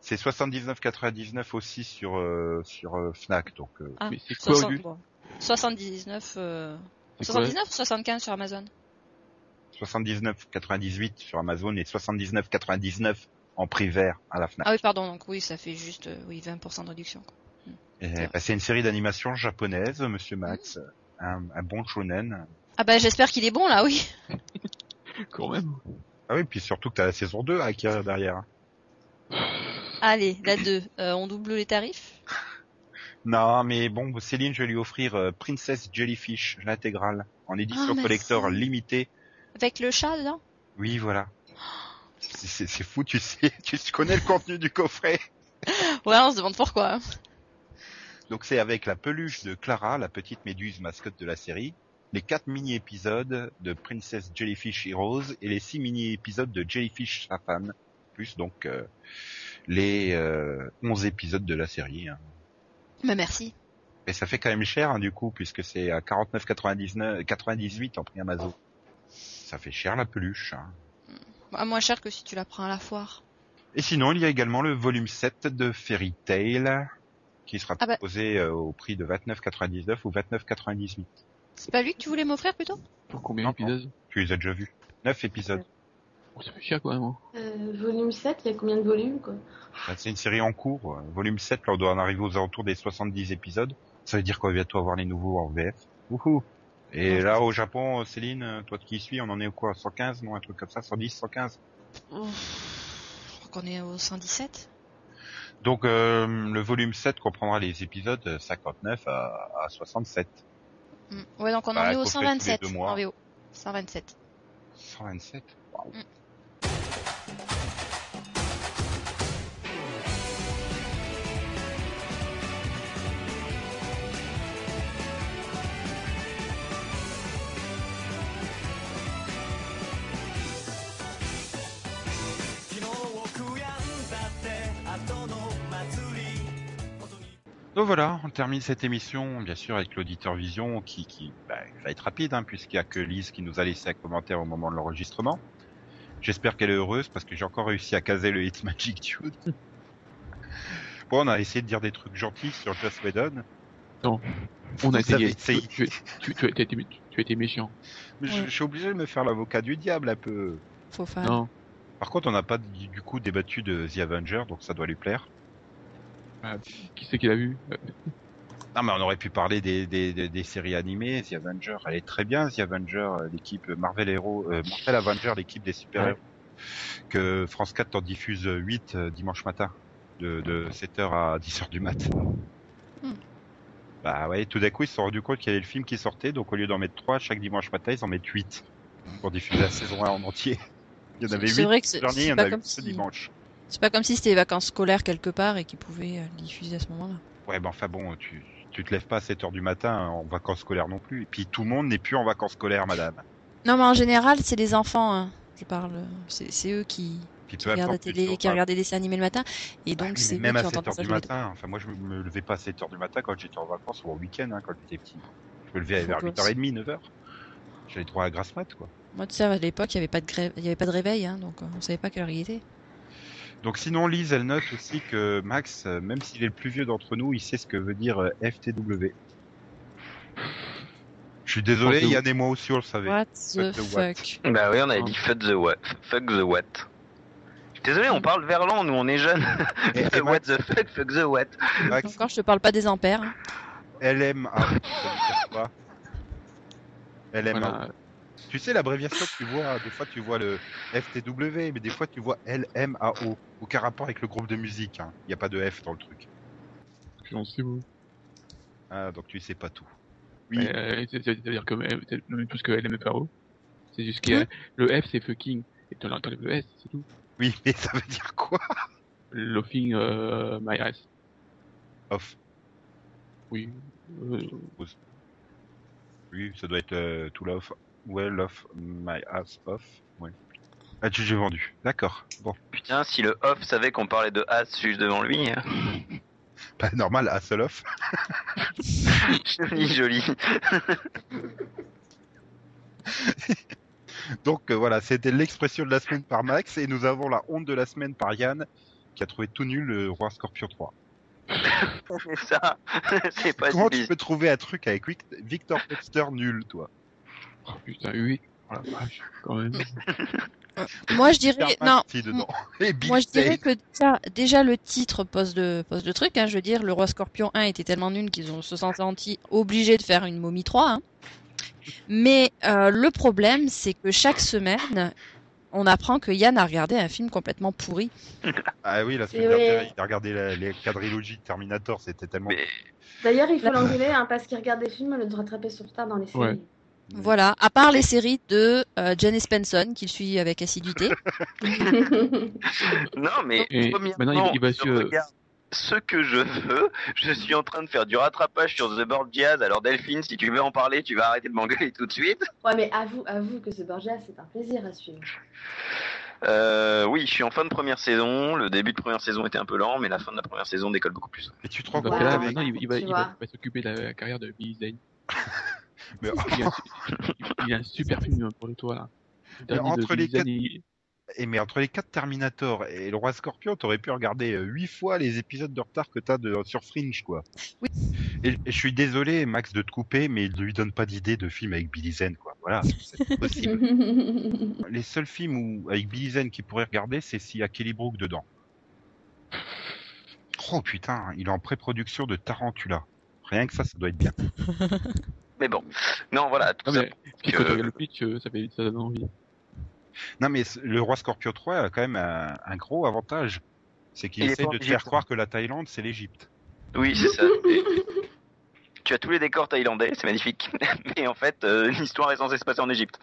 C'est 79,99 aussi sur euh, sur euh, Fnac, donc euh,
Ah,
Mais c'est quoi,
60,
Auguste
bon. 79, euh,
C'est quoi
79 ou 75 sur Amazon
79,98 sur Amazon et 79,99 en prix vert à la Fnac.
Ah oui, pardon, donc oui, ça fait juste euh, oui, 20% de réduction. quoi.
Et,
c'est
bah, c'est une série d'animation japonaise, Monsieur Max, un, un bon shonen.
Ah bah j'espère qu'il est bon là, oui.
Quand même.
Ah oui, puis surtout que t'as la saison 2 à acquérir derrière. hein.
Allez, la 2, euh, on double les tarifs.
Non, mais bon, Céline, je vais lui offrir euh, Princess Jellyfish, l'intégrale, en édition
Ah, merci.
collector limitée.
Avec le chat dedans
Oui, voilà. C'est- C'est c'est fou, tu sais, tu connais le contenu du coffret.
Ouais, on se demande pourquoi. hein.
Donc c'est avec la peluche de Clara, la petite méduse mascotte de la série, les quatre mini-épisodes de Princess Jellyfish Heroes et les six mini-épisodes de Jellyfish Satan, plus donc euh, les euh, 11 épisodes de la série. hein.
Bah merci.
Et ça fait quand même cher hein, du coup, puisque c'est à 49,99 98 en prix Amazon. Ça fait cher la peluche. hein.
Bah, moins cher que si tu la prends à la foire.
Et sinon, il y a également le volume 7 de Fairy Tail, qui sera
Ah bah.
proposé euh, au prix de 29,99 ou 29,98.
C'est pas lui que tu voulais m'offrir plutôt
Pour combien
Non, non.
d'épisodes
Tu les as déjà vus. 9 épisodes.
Oh, Ça fait cher, quand même. hein.
Euh, volume 7, il y a combien de volumes quoi
Bah, C'est une série en cours. euh, Volume 7, là, on doit en arriver aux alentours des 70 épisodes. Ça veut dire qu'on va bientôt avoir les nouveaux en VF. Wouhou Et là, au Japon, Céline, toi qui y suis, on en est au quoi 115, non Un truc comme ça 110, 115
Ouf, Je crois qu'on est au 117.
Donc euh, le volume 7 comprendra les épisodes 59 à, à 67.
Mm. Ouais, donc on
Bah,
en est au
qu'on fait tous les
127
deux mois.
en VO. 127.
127 Waouh.
Mm.
Donc voilà, on termine cette émission, bien sûr, avec l'auditeur Vision qui, qui bah, va être rapide, hein, puisqu'il n'y a que Lise qui nous a laissé un commentaire au moment de l'enregistrement. J'espère qu'elle est heureuse parce que j'ai encore réussi à caser le hit Magic Dude. Bon, on a essayé de dire des trucs gentils sur Joss Whedon.
On a
Vous avez
essayé.
essayé.
Tu, tu, tu, tu as été, tu as été méchant.
Mais je,
Ouais.
je suis obligé de me faire l'avocat du diable un peu.
Faut faire.
Non.
Par contre, on n'a pas du du coup débattu de The Avenger, donc ça doit lui plaire.
Qui c'est qui l'a vu Euh,
Non, mais on aurait pu parler des, des, des, des séries animées. The Avenger, elle est très bien. The Avenger, euh, l'équipe Marvel Hero, euh, Marvel Avenger, l'équipe des super-héros. Que France 4 en diffuse 8 euh, dimanche matin, de, de 7h à 10h du mat.
Hmm.
Bah ouais, tout d'un coup, ils se sont rendus compte qu'il y avait le film qui sortait, donc au lieu d'en mettre 3 chaque dimanche matin, ils en mettent 8 pour diffuser la saison 1 en entier. Il y en avait
C'est
8
vrai que c'est
dernier, il y
c'est
en a
pas,
8
comme
ce
si...
dimanche.
c'est pas comme si c'était les vacances scolaires quelque part et qu'ils pouvaient euh, le diffuser à ce moment-là.
Ouais, ben enfin bon, tu, tu te lèves pas à 7 heures du matin euh, en vacances scolaires non plus. Et puis tout le monde n'est plus en vacances scolaires, madame.
Non, mais en général, c'est les enfants. hein. Je parle. euh, C'est c'est eux qui,
Puis peu
qui regardent la
importe que tu
télé, qui
sois-
regardent des dessins animés le matin. Et
Bah oui,
donc,
mais
c'est eux
même
qui
à 7
entendent
heures
ça
du
le matin.
matin. Enfin, moi, je me- me levais pas à 7 heures du matin quand j'étais en vacances ou en week-end, hein, quand j'étais petit. Je me levais
Faut
vers
que-
8h30, 9h. J'avais droit à grasse mat, quoi.
Moi, tu sais, à l'époque, il n'y avait pas de grève, il y avait pas de réveil, hein, donc euh, on savait pas quelle heure il était.
Donc sinon, Lise, elle note aussi que Max, euh, même s'il est le plus vieux d'entre nous, il sait ce que veut dire euh, FTW. Je suis désolé,
Pensez-vous.
Yann et moi aussi, on le savait.
What
What
the
the what
fuck
Bah oui, on avait dit fuck the what. Fuck the what. Désolé, on parle verlan, nous on est jeunes.
Et- et
what the fuck, fuck the what.
Eh, Max,
Encore, je te parle pas des ampères. hein.
LMA. ça me cache pas. LMA.
Voilà.
Tu sais, l'abréviation, tu vois, des fois tu vois le FTW, mais des fois tu vois LMAO. Aucun rapport avec le groupe de musique. hein. Il n'y a pas de F dans le truc.
J'en sais vous.
Ah, donc tu sais pas tout. Oui.
Euh, c'est- c'est- C'est-à-dire que euh, c'est non, mais plus que LMFAO. C'est juste que euh, le F c'est fucking. Et t'en t'enlèves le S, c'est tout.
Oui, mais ça veut dire quoi
Laughing euh, my ass.
Off.
Oui. Euh,
Oui, ça doit être euh, tout love. Well off, my ass off. Ouais. Ah, tu j'ai vendu. D'accord. Bon.
Putain, si le off savait qu'on parlait de as juste devant lui. hein.
Pas normal, ass off.
joli, joli.
Donc euh, voilà, c'était l'expression de la semaine par Max et nous avons la honte de la semaine par Yann qui a trouvé tout nul le roi Scorpion 3.
Ça, c'est pas
Comment
si
tu peux trouver un truc avec Vic- Victor Webster nul, toi
Oh putain, oui. Oh la vache, quand même.
Moi, je dirais.
Superman,
Non,
si, dedans. Et Bill
moi, je dirais
Gates.
que déjà, déjà, le titre pose de, pose de truc. hein. je veux dire, le Roi Scorpion 1 était tellement nul qu'ils ont se sont sentis obligés de faire une momie 3. hein. Mais euh, le problème, c'est que chaque semaine, on apprend que Yann a regardé un film complètement pourri.
Ah oui, la
Eh
semaine
Et ouais.
dernière, il a regardé la, les quadrilogies de Terminator, c'était tellement.
Mais-
D'ailleurs, il faut l'engueuler hein, parce qu'il regarde des films au lieu de rattraper son retard dans les séries.
Ouais.
Voilà, à part les séries de euh, Janice Benson, qu'il suit avec assiduité.
Non, mais
Et
premièrement,
maintenant, il- il va
je
sur-
regarde ce que je veux. Je suis en train de faire du rattrapage sur The Board Jazz. Alors, Delphine, si tu veux en parler, tu vas arrêter de m'engueuler tout de suite.
Ouais, mais avoue, avoue que ce Borgia, c'est un plaisir à suivre.
Euh, oui, je suis en fin de première saison. Le début de première saison était un peu lent, mais la fin de la première saison décolle beaucoup plus.
Et tu te rends
Donc
compte
Voilà.
là,
avec-
maintenant, il, il va,
Tu
il
vois.
va, il va s'occuper de la carrière de Billy Zane.
mais- ah,
Il a, un su- il a un super film pour le toit, là. Le dernier de
entre
Billy
les
Zane,
quatre-
il-
Et mais entre les quatre Terminator et le roi Scorpion, t'aurais pu regarder euh, huit fois les épisodes de retard que t'as de sur Fringe, quoi.
Oui.
Et, et je suis désolé, Max, de te couper, mais il lui donne pas d'idée de film avec Billy Zane, quoi. Voilà, c'est pas possible. les seuls films où, avec Billy Zane qu'il pourrait regarder, c'est s'il y a Kelly Brook dedans. Oh putain, il est en pré-production de Tarantula. Rien que ça, ça doit être bien.
Mais bon. Non, voilà. Tout
Non,
ça
mais puis quand tu regardes le pitch, euh, ça, fait, ça donne envie.
Non, mais c- le roi Scorpion 3 a quand même un, un gros avantage. C'est qu'il
Il est
essaie
pas
de te
obligé
faire
de-
croire que la Thaïlande, c'est l'Égypte.
Oui, c'est ça. Et tu as tous les décors thaïlandais, c'est magnifique. Mais en fait, euh, l'histoire est censée se passer en Égypte.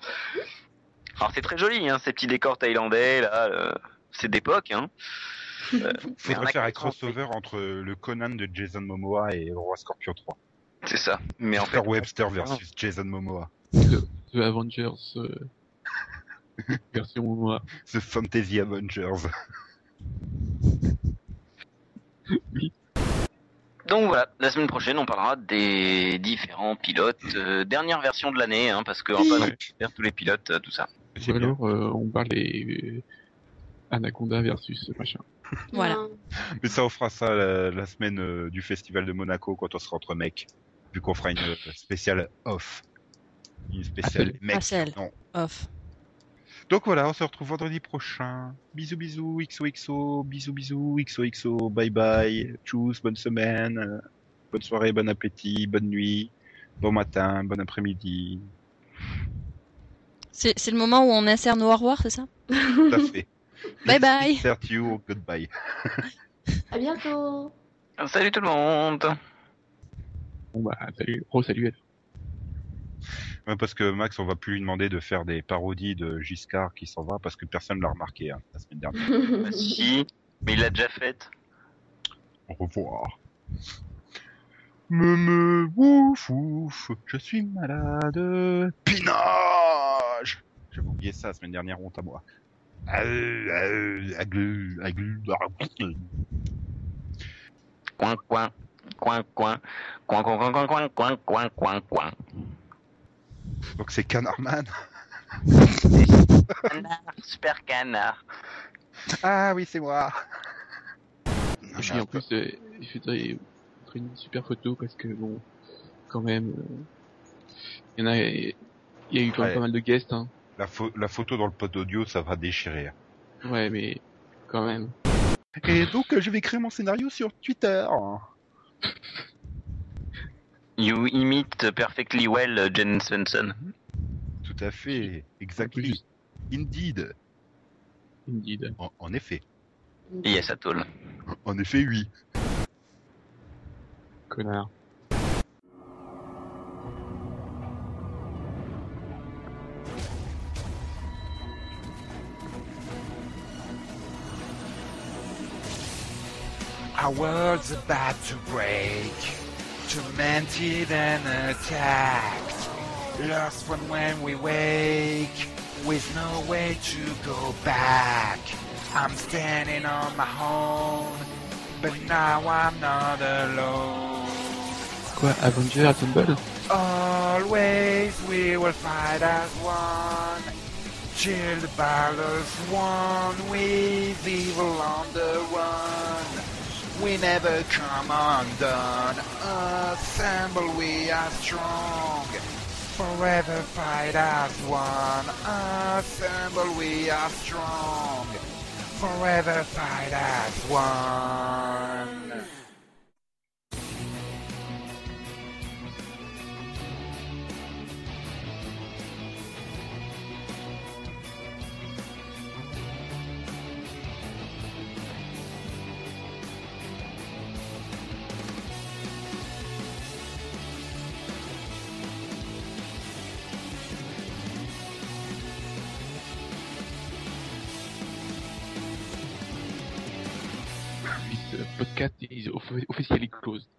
Alors c'est très joli, hein, ces petits décors thaïlandais là. euh, c'est d'époque, hein.
Faudrait
un
faire un
accent, oui.
crossover entre le Conan de Jason Momoa et le roi Scorpion 3.
C'est ça. Mais en fait,
Peter Webster versus Jason Momoa.
The Avengers euh, version euh, moi.
The Fantasy Avengers.
donc voilà, la semaine prochaine, on parlera des différents pilotes, euh, dernière version de l'année, hein, parce que on va pas faire tous les pilotes, euh, tout ça.
C'est
Ou
bien.
alors, euh, on parle des euh, Anaconda versus machin.
Voilà.
Non.
Mais ça, on fera ça la, la semaine euh, du Festival de Monaco quand on sera entre mecs. Vu qu'on fera une euh, spéciale off. Une spéciale
Appel.
mec.
Marcel.
Non.
Off.
Donc voilà, on se retrouve vendredi prochain. Bisous bisous, XOXO, bisous bisous, XOXO, bye bye, tchuss, bonne semaine, euh, bonne soirée, bon appétit, bonne nuit, bon matin, bon après-midi.
C'est c'est le moment où on insère nos au revoir, c'est ça
Tout à fait.
Bye bye.
Insert you, goodbye.
À bientôt.
Salut tout le monde.
Bon bah, salut, gros salut.
Ouais, Parce que Max, on va plus lui demander de faire des parodies de Giscard qui s'en va parce que personne l'a remarqué hein, la semaine dernière.
Bah, si, mais il l'a déjà faite.
Au revoir. Me me ouf ouf, je suis malade. Pinage J'avais oublié ça la semaine dernière, honte à moi. Aïe, aïe, aïe, aïe, aïe.
Coin coin coin coin coin coin coin coin coin coin coin coin.
Donc c'est Canardman.
Canard, super canard.
Ah oui, c'est moi. Ah,
Et
bah,
puis en plus, euh, je voudrais montrer une super photo parce que bon, quand même, euh, il y en a, il y a eu quand même
Ouais.
pas mal de guests, hein.
La, pho- la photo dans le pod audio, ça va déchirer.
Ouais, mais quand même.
Et donc euh, je vais créer mon scénario sur Twitter.
You imite perfectly well euh, Jen Svensson.
Tout à fait, exactement.
Juste,
Indeed.
indeed.
En- en effet.
Yes, Atoll.
En effet, oui.
Connard.
Our world's about to break, tormented and attacked, lost from when we wake, with no way to go back. I'm standing on my own, but now I'm not alone.
Quoi, Avenger à Tumble
Always we will fight as one. Till the battle's won with evil on the run. We never come undone. Assemble we are strong. Forever fight as one. Assemble we are strong. Forever fight as one.
euh, This podcast is offi- officially closed.